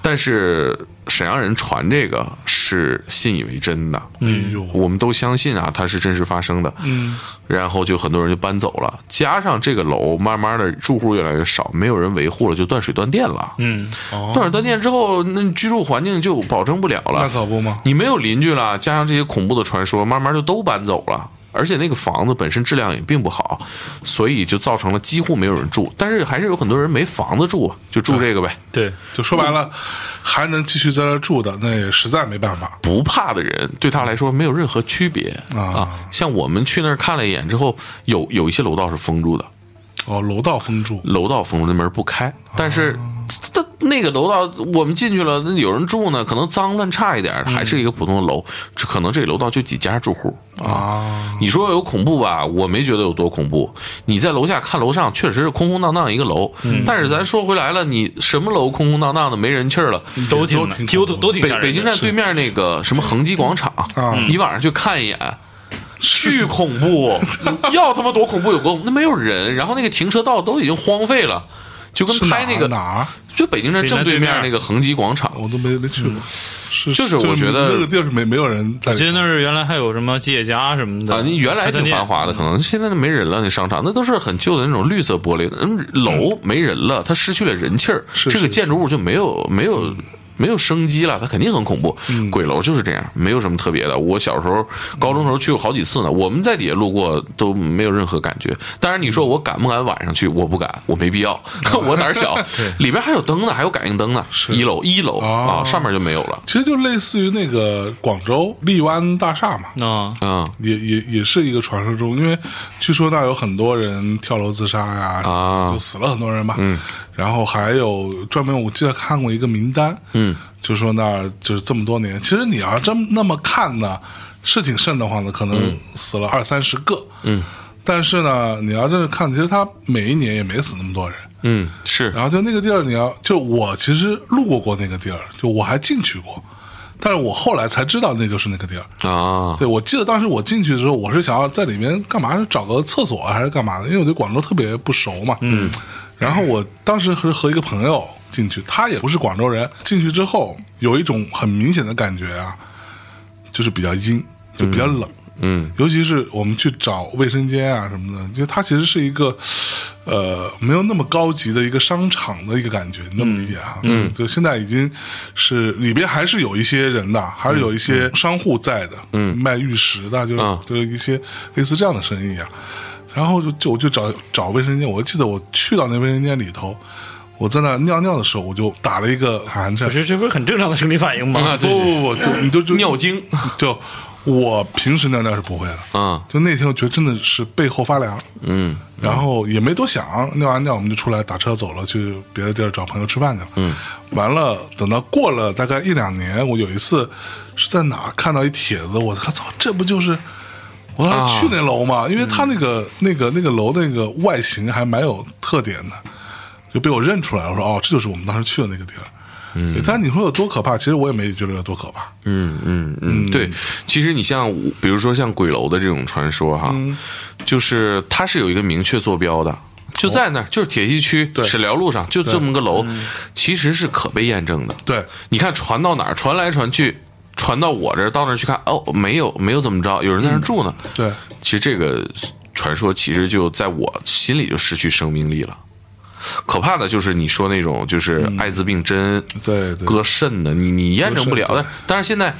但是沈阳人传这个是信以为真的，哎呦，我们都相信啊，它是真实发生的。嗯，然后就很多人就搬走了，加上这个楼慢慢的住户越来越少，没有人维护了，就断水断电了。嗯，断水断电之后，那居住环境就保证不了了哦那。可不吗？你没有邻居了，加上这些恐怖的传说，慢慢就都搬走了。而且那个房子本身质量也并不好，所以就造成了几乎没有人住，但是还是有很多人没房子住啊，就住这个呗。对，就说白了，还能继续在这儿住的，那也实在没办法不怕的人对他来说没有任何区别啊。啊。像我们去那儿看了一眼之后，有有一些楼道是封住的，哦，楼道封住，楼道封住，那门不开。但是，它那个楼道我们进去了，那有人住呢，可能脏乱差一点，还是一个普通的楼，这可能这楼道就几家住户啊。你说有恐怖吧？我没觉得有多恐怖。你在楼下看楼上，确实是空空荡荡一个楼。但是咱说回来了，你什么楼空空荡荡的，没人气儿了？都挺都挺都恐怖都挺北吓人的北京嗯站对面那个什么恒基广场，啊你晚上去看一眼。巨恐怖，要他妈多恐怖有多？那没有人，然后那个停车道都已经荒废了，就跟是哪拍那个哪儿？就北京站正对面那个恒基广场，啊我都没没去过。是，嗯就是就我觉得那个地儿是没没有人在我记得那儿原来还有什么吉野家什么的啊，你原来挺繁华嗯的，可能现在都没人了。那商场那都是很旧的那种绿色玻璃，嗯，楼没人了，它失去了人气儿，是这个是嗯建筑物就没有没有。没有生机了，它肯定很恐怖。鬼楼就是这样，没有什么特别的。我小时候、高中时候去过好几次呢，我们在底下路过都没有任何感觉。当然，你说我敢不敢晚上去？我不敢，我没必要，嗯 我胆儿小。里边还有灯呢，还有感应灯呢。一楼，一楼啊，哦上面就没有了。其实就类似于那个广州荔湾大厦嘛，啊，嗯也也也是一个传说中，因为据说那有很多人跳楼自杀呀，啊就死了很多人吧。嗯，然后还有专门我记得看过一个名单，嗯，就说那儿就是这么多年，其实你要这么那么看呢，是挺瘆得慌的，可嗯能死了二三十个。嗯，但是呢，你要真是看，其实他每一年也没死那么多人。嗯，是然后就那个地儿，你要就我其实路过过那个地儿，就我还进去过，但是我后来才知道那就是那个地儿。啊，对，我记得当时我进去的时候，我是想要在里面干嘛？找个厕所还是干嘛的？因为我对广州特别不熟嘛。嗯。然后我当时是和一个朋友进去，他也不是广州人。进去之后，有一种很明显的感觉啊，就是比较阴，就比较冷。嗯尤其是我们去找卫生间啊什么的，因为它其实是一个，呃，没有那么高级的一个商场的一个感觉，你能理解啊？嗯，就现在已经是里边还是有一些人的，还是有一些商户在的，嗯，卖玉石的，就是、啊就是一些类似这样的生意啊。然后就就我就找找卫生间，我记得我去到那卫生间里头，我在那尿尿的时候，我就打了一个寒颤不，是，这不是很正常的生理反应嗯吗？不不不，就你就就尿精就我平时尿尿是不会的，啊，就那天我觉得真的是背后发凉，嗯然后也没多想，尿完尿我们就出来打车走了，去别的地儿找朋友吃饭去了。嗯，完了，等到过了大概一两年，我有一次是在哪儿看到一帖子，我操，这不就是我当时去那楼嘛？因为它那个、那个那个楼那个外形还蛮有特点的，就被我认出来了。我说哦，这就是我们当时去的那个地儿。嗯，但你说有多可怕？其实我也没觉得有多可怕。嗯嗯嗯，对，其实你像比如说像鬼楼的这种传说哈，就是它是有一个明确坐标的。就在那儿，就是铁西区史辽路上，就这么个楼，其实是可被验证的。对，你看传到哪儿，传来传去，传到我这儿，到那儿去看，哦，没有，没有怎么着，有人在那儿住呢。对，其实这个传说其实就在我心里就失去生命力了。可怕的就是你说那种就是艾滋病针，对对割肾的，你你验证不了。割肾但但是现在，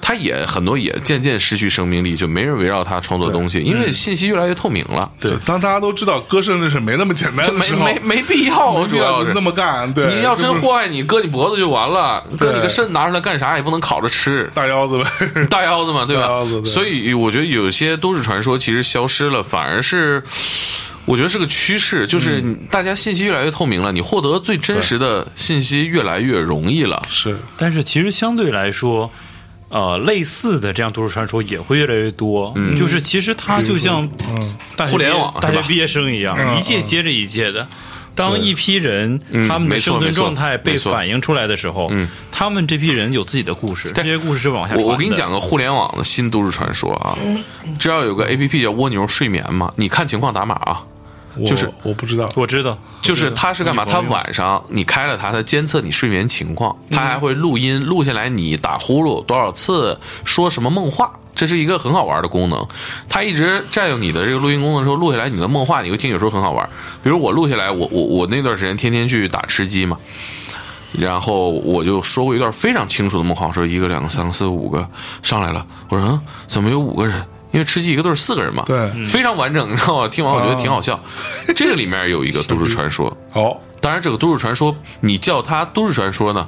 它也很多也渐渐失去生命力，就没人围绕它创作东西，因为信息越来越透明了。对，当大家都知道割肾这事没那么简单这的没时候，没没必要啊，没主必要要是那么干。对，你要这不真是祸害你，割你脖子就完了，割你个对肾拿出来干啥？也不能烤着吃， 大腰子呗。 大腰子嘛，对吧大腰子？对所以我觉得有些都市传说其实消失了，反而是。我觉得是个趋势，就是嗯大家信息越来越透明了，你获得最真实的信息越来越容易了。是，但是其实相对来说，呃，类似的这样都市传说也会越来越多。就是其实它就像大学毕业嗯互联网是吧大学毕业生一样，一届接着一届的。当一批人嗯他们的没生错存没错状态被没错嗯反映出来的时候，他们这批人有自己的故事，这些故事是往下传我的。嗯我跟你讲个互联网的新都市传说啊，知道有个 A P P 叫蜗牛睡眠吗？你看情况打码啊，我就是嗯我不知道。我知道，就是它是干嘛？女朋它友嗯晚上你开了它，它监测你睡眠情况，它还会录音录下来你打呼噜多少次，说什么梦话。这是一个很好玩的功能，它一直占用你的这个录音功能的时候，录下来你的梦话，你会听，有时候很好玩。比如我录下来，我我我那段时间天天去打吃鸡嘛，然后我就说过一段非常清楚的梦话，我说一个、两个、三个、四个、五个上来了，我说、嗯、怎么有五个人？因为吃鸡一个队儿四个人嘛，对非常完整，你 知道吗？听完我觉得挺好啊笑。 这个里面有一个都市传说，好，当然这个都市传说，你叫它都市传说呢，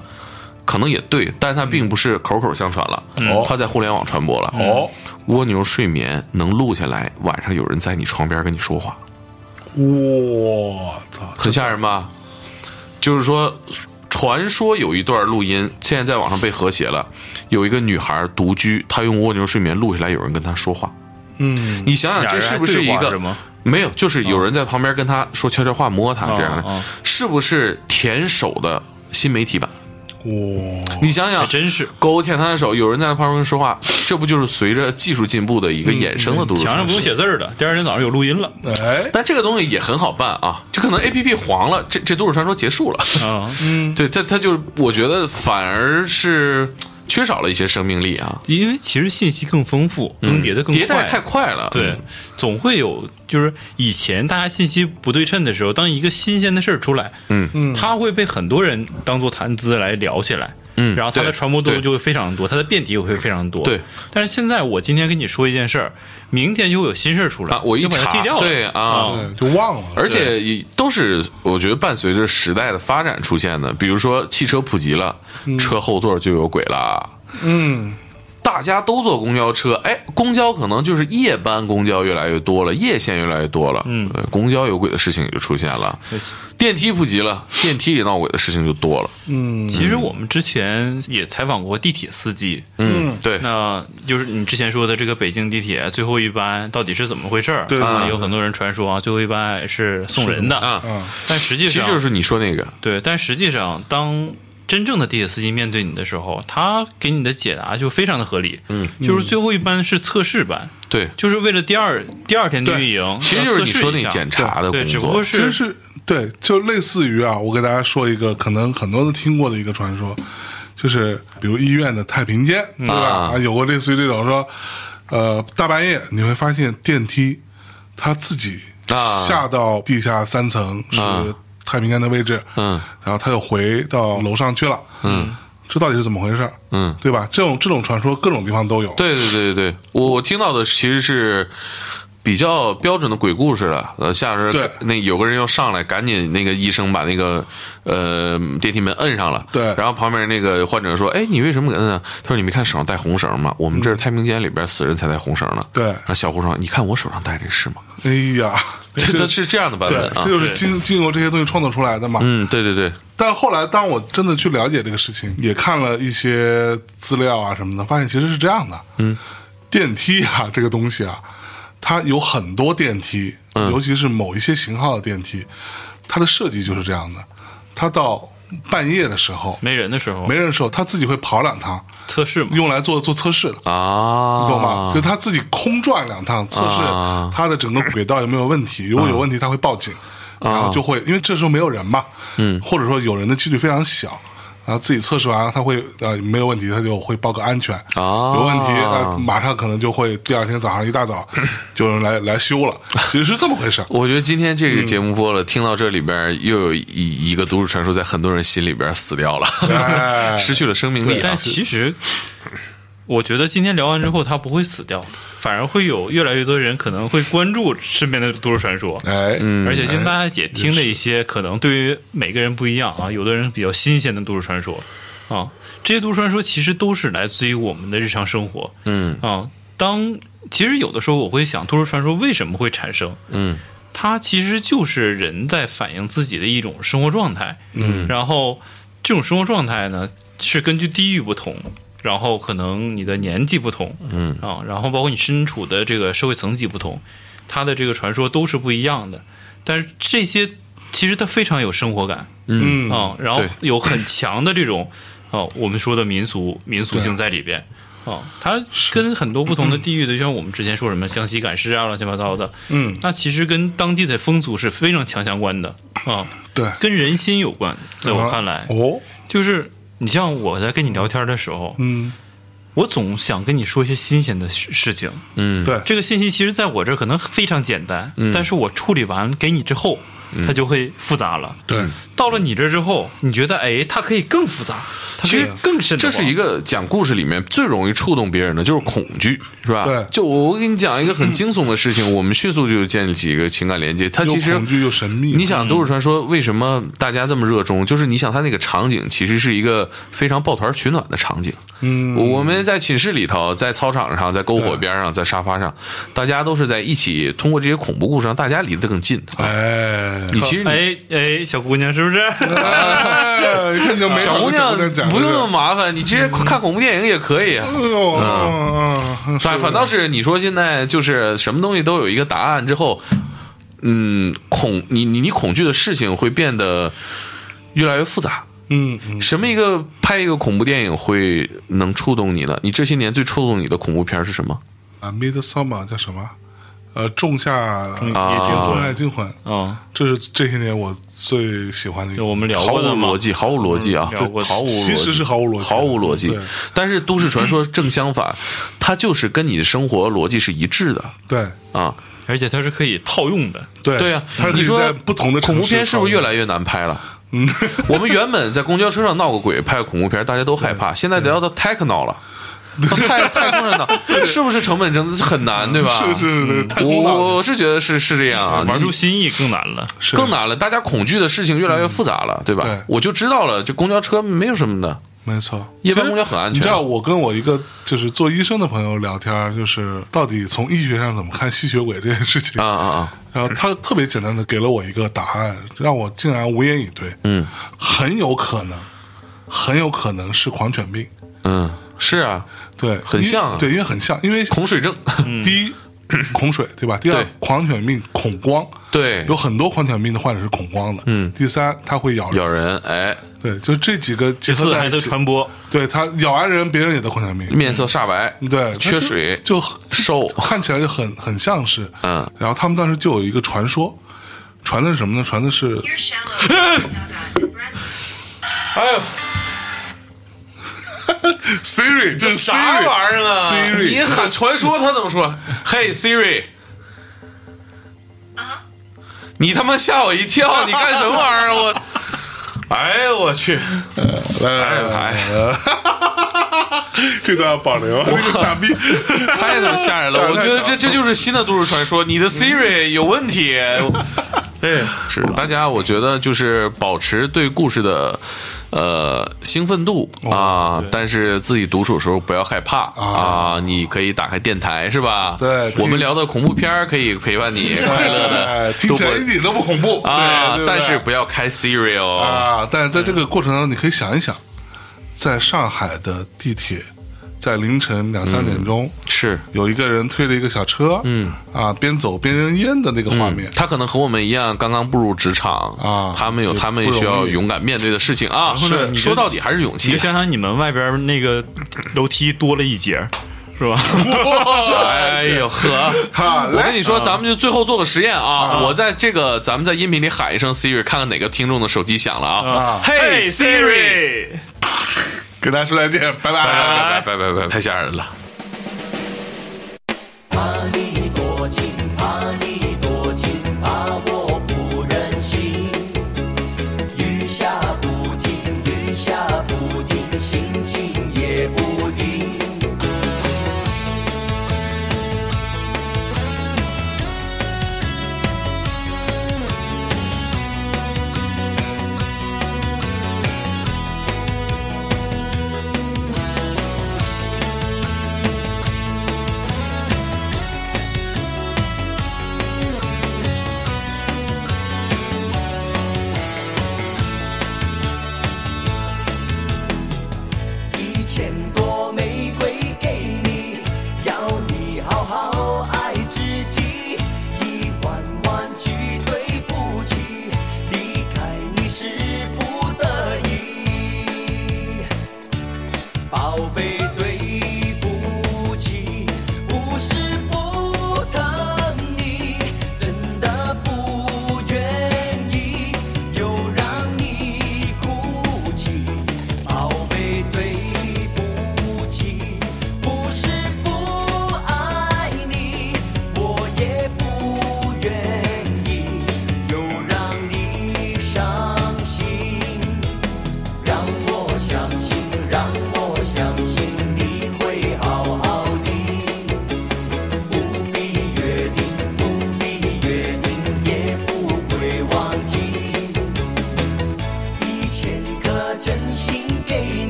可能也对，但它并不是口口相传了，嗯它在互联网传播了。哦，蜗牛睡眠能录下来，晚上有人在你床边跟你说话，我操，很吓人吧？就是说，传说有一段录音，现在在网上被和谐了。有一个女孩独居，她用蜗牛睡眠录下来，有人跟她说话。嗯，你想想，俩这人是还不是对一话个是吗？没有，就是有人在旁边跟她说悄悄话，摸她这哦样的哦，是不是舔手的新媒体版？我你想想还，真是狗舔他的手，有人在他旁边说话，这不就是随着技术进步的一个衍生的都嗯市墙传上不说？用写字儿的，第二天早上有录音了。哎，但这个东西也很好办啊，就可能 A P P 黄了，这这都市传说结束了。啊，对，它它就是我觉得反而是缺少了一些生命力啊，因为其实信息更丰富，更迭的更快，嗯迭代太快了。嗯对，总会有，就是以前大家信息不对称的时候，当一个新鲜的事儿出来，嗯嗯，它会被很多人当做谈资来聊起来，嗯然后它对的传播度对就会非常多，它的辩题也会非常多，对。但是现在我今天跟你说一件事儿，明天就会有新事儿出来，啊我一就把它查剃掉了，对啊对就忘了，而且也都是我觉得伴随着时代的发展出嗯现的，比如说汽车普及了，车后座就有鬼啦。嗯，大家都坐公交车，哎，公交可能就是夜班公交越来越多了，夜线越来越多了，嗯，公交有轨的事情也就出现了，电梯普及了，电梯里闹鬼的事情就多了，其实我们之前也采访过地铁司机，嗯，对，那就是你之前说的这个北京地铁最后一班到底是怎么回事儿？对啊对对有很多人传说啊，最后一班是送人的啊，嗯但实际其上实就是你说那个，对，但实际上当。真正的地铁司机面对你的时候，他给你的解答就非常的合理，嗯，就是最后一班是测试班，对，就是为了第二第二天对运营，其实就是你说那测试一下检查的对，工只不作过，其实是是对，就类似于啊，我给大家说一个可能很多都听过的一个传说，就是比如医院的太平间，对吧？啊啊，有过类似于这种说，呃，大半夜你会发现电梯它自己啊下到地下三层是啊太平间的位置，嗯然后它又回到楼上去了，嗯，这到底是怎么回事？嗯，对吧？这种这种传说各种地方都有，对对对对对，我我听到的其实是。比较标准的鬼故事了，呃，下人对那有个人要上来，赶紧那个医生把那个呃电梯门摁上了，对然后旁边那个患者说：“哎，你为什么给摁啊？”他说：“你没看手上带红绳吗？我们嗯这是太平间里边死人才带红绳呢。”对然后小胡说：“你看我手上戴这是吗哎呀，？” 这这这是这样的版对本，啊这，就是经经由这些东西创作出来的嘛，嗯，对对对，但后来，当我真的去了解这个事情，也看了一些资料啊什么的，发现其实是这样的。嗯，电梯啊，这个东西啊，它有很多电梯，尤其是某一些型号的电梯，它的设计就是这样的。它到半夜的时候，没人的时候没人的时候，它自己会跑两趟，测试嘛，用来做做测试的。啊，你懂吗？就它自己空转两趟，测试啊它的整个轨道有没有问 题。如果有问题，它会报警，啊然后就会因为这时候没有人嘛，嗯，或者说有人的几率非常小。然后自己测试完，它会呃没有问题，它就会报个安全。啊有问题，呃，马上可能就会第二天早上一大早 就有人来来修了。其实是这么回事。 我觉得今天这个嗯节目播了，听到这里边又有一一个都市传说在很多人心里边死掉了， 哎失去了生命力啊但。其实，我觉得今天聊完之后，他不会死掉，反而会有越来越多人可能会关注身边的都市传说。哎，嗯而且现在大家也听了一些，可能对于每个人不一样啊，有的人比较新鲜的都市传说啊，这些都市传说其实都是来自于我们的日常生活嗯啊。当其实有的时候我会想，都市传说为什么会产生？嗯它其实就是人在反映自己的一种生活状态。嗯，然后这种生活状态呢，是根据地域不同，然后可能你的年纪不同，嗯啊，然后包括你身处的这个社会层级不同，它的这个传说都是不一样的。但是这些其实它非常有生活感嗯嗯，啊，然后对有很强的这种啊，我们说的民俗民俗性在里边。啊，它跟很多不同的地域的，就像我们之前说什么湘西赶尸啊，乱七八糟的，嗯，那其实跟当地的风俗是非常强相关的啊，对，跟人心有关。在我看来，哦，就是你像我在跟你聊天的时候，嗯，我总想跟你说一些新鲜的事事情。嗯，对，这个信息其实在我这儿可能非常简单，但是我处理完给你之后，它就会复杂了。对，嗯到了你这之后，你觉得哎，它可以更复杂，它可以更深这的。是一个讲故事里面最容易触动别人的，就是恐惧，是吧？对就我我给你讲一个很惊悚的事情，我们迅速就建立起一个情感连接。它又其实恐惧又神秘。你想都市传说为什么大家这么热衷？就是你想它那个场景其实是一个非常抱团取暖的场景。嗯我们在寝室里头，在操场上，在篝火边上，在沙发上，大家都是在一起通过这些恐怖故事让大家离得更近。啊哎，你其实你。哎哎，小姑娘 是不是？哎，一看就没法小跟姑娘讲不用那么了麻烦，你直接看恐怖电影也可以啊。哎呦，嗯嗯，反反倒是你说现在就是什么东西都有一个答案之后，嗯，恐你你你恐惧的事情会变得越来越复杂。嗯嗯什么一个拍一个恐怖电影会能触动你呢？你这些年最触动你的恐怖片是什么？啊，Midsummer 叫什么？呃，仲夏啊夜惊仲夏惊魂，哦啊，这是这些年我最喜欢的一就个。我们聊毫过无的嘛逻。辑，毫无逻辑啊！嗯聊过毫无逻辑，其实是毫无逻辑的毫无逻辑对。但是都市传说正相反，它就是跟你的生活逻辑是一致的对啊。而且它是可以套用的。对对呀、啊它是可你以说在不同的恐怖片是不是越来来越难拍了？嗯我们原本在公交车上闹过鬼，拍个恐怖片，大家都害怕。现在得要到 techno 了，到太太空上闹，是不是成本真的是很难，对吧？是是是，太我空我了。我是觉得是是这样啊，玩你出新意更难了。是嗯更难了，大家恐惧的事情越来越复杂了，对吧对？我就知道了，这公交车没有什么的，没错，夜班公交很安全你知道，我跟我一个就是做医生的朋友聊天，就是到底从医学上怎么看吸血鬼这件事情啊啊啊！然后他特别简单的给了我一个答案，让我竟然无言以对。嗯，很有可能，很有可能是狂犬病。嗯，是啊，对，很像啊因为对，因为很像，因为恐水症，第一、恐水，对吧？第二对，狂犬病恐光， 对有，很多狂犬病的患者是恐光的。嗯，第三，它会咬人，咬人，哎，对，就这几个结合这次在还一得起，传播，对它咬完人，别人也得狂犬病。面色煞白，对，嗯缺水它就就瘦看起来就很很像是，嗯，然后他们当时就有一个传说，传的是什么呢？传的是 You're shallow. now got your breath. 哎呦， Siri，这这是啥 Siri 玩意儿啊你？Siri，喊传说，他怎么 说？嘿，Siri，你他妈吓我一跳！你干什么玩意儿？我，哎呦我去！来来来， 这段要保留，那个傻逼太他妈吓人了！我觉得这这就是新的都市传说，你的 Siri 有问题。对，是大家，我觉得就是保持对故事的。呃，兴奋度啊，但是自己独处的时候不要害怕啊！你可以打开电台是吧？对我们听聊的恐怖片儿可以陪伴你快乐哎的听度起来过一点都不恐怖啊对对，对但是不要开 Siri 哦。啊，但是在这个过程当中，你可以想一想，在上海的地铁，在凌晨两三点钟，是，有一个人推着一个小车，嗯，啊，边走边扔烟的那个画面，嗯他可能和我们一样刚刚步入职场啊他们有就他们不容需要易勇敢面对的事情啊。后呢你就说到底还是勇你气啊就。想想你们外边那个楼梯多了一节，是吧？ 哎呦呵，好嘞我跟你说，咱们就最后做个实验啊！我在这个咱们在音频里喊一声 Siri，看看哪个听众的手机响了啊啊！嘿 Siri，给大家说再见，拜拜拜拜拜拜拜拜，太吓人了。 Money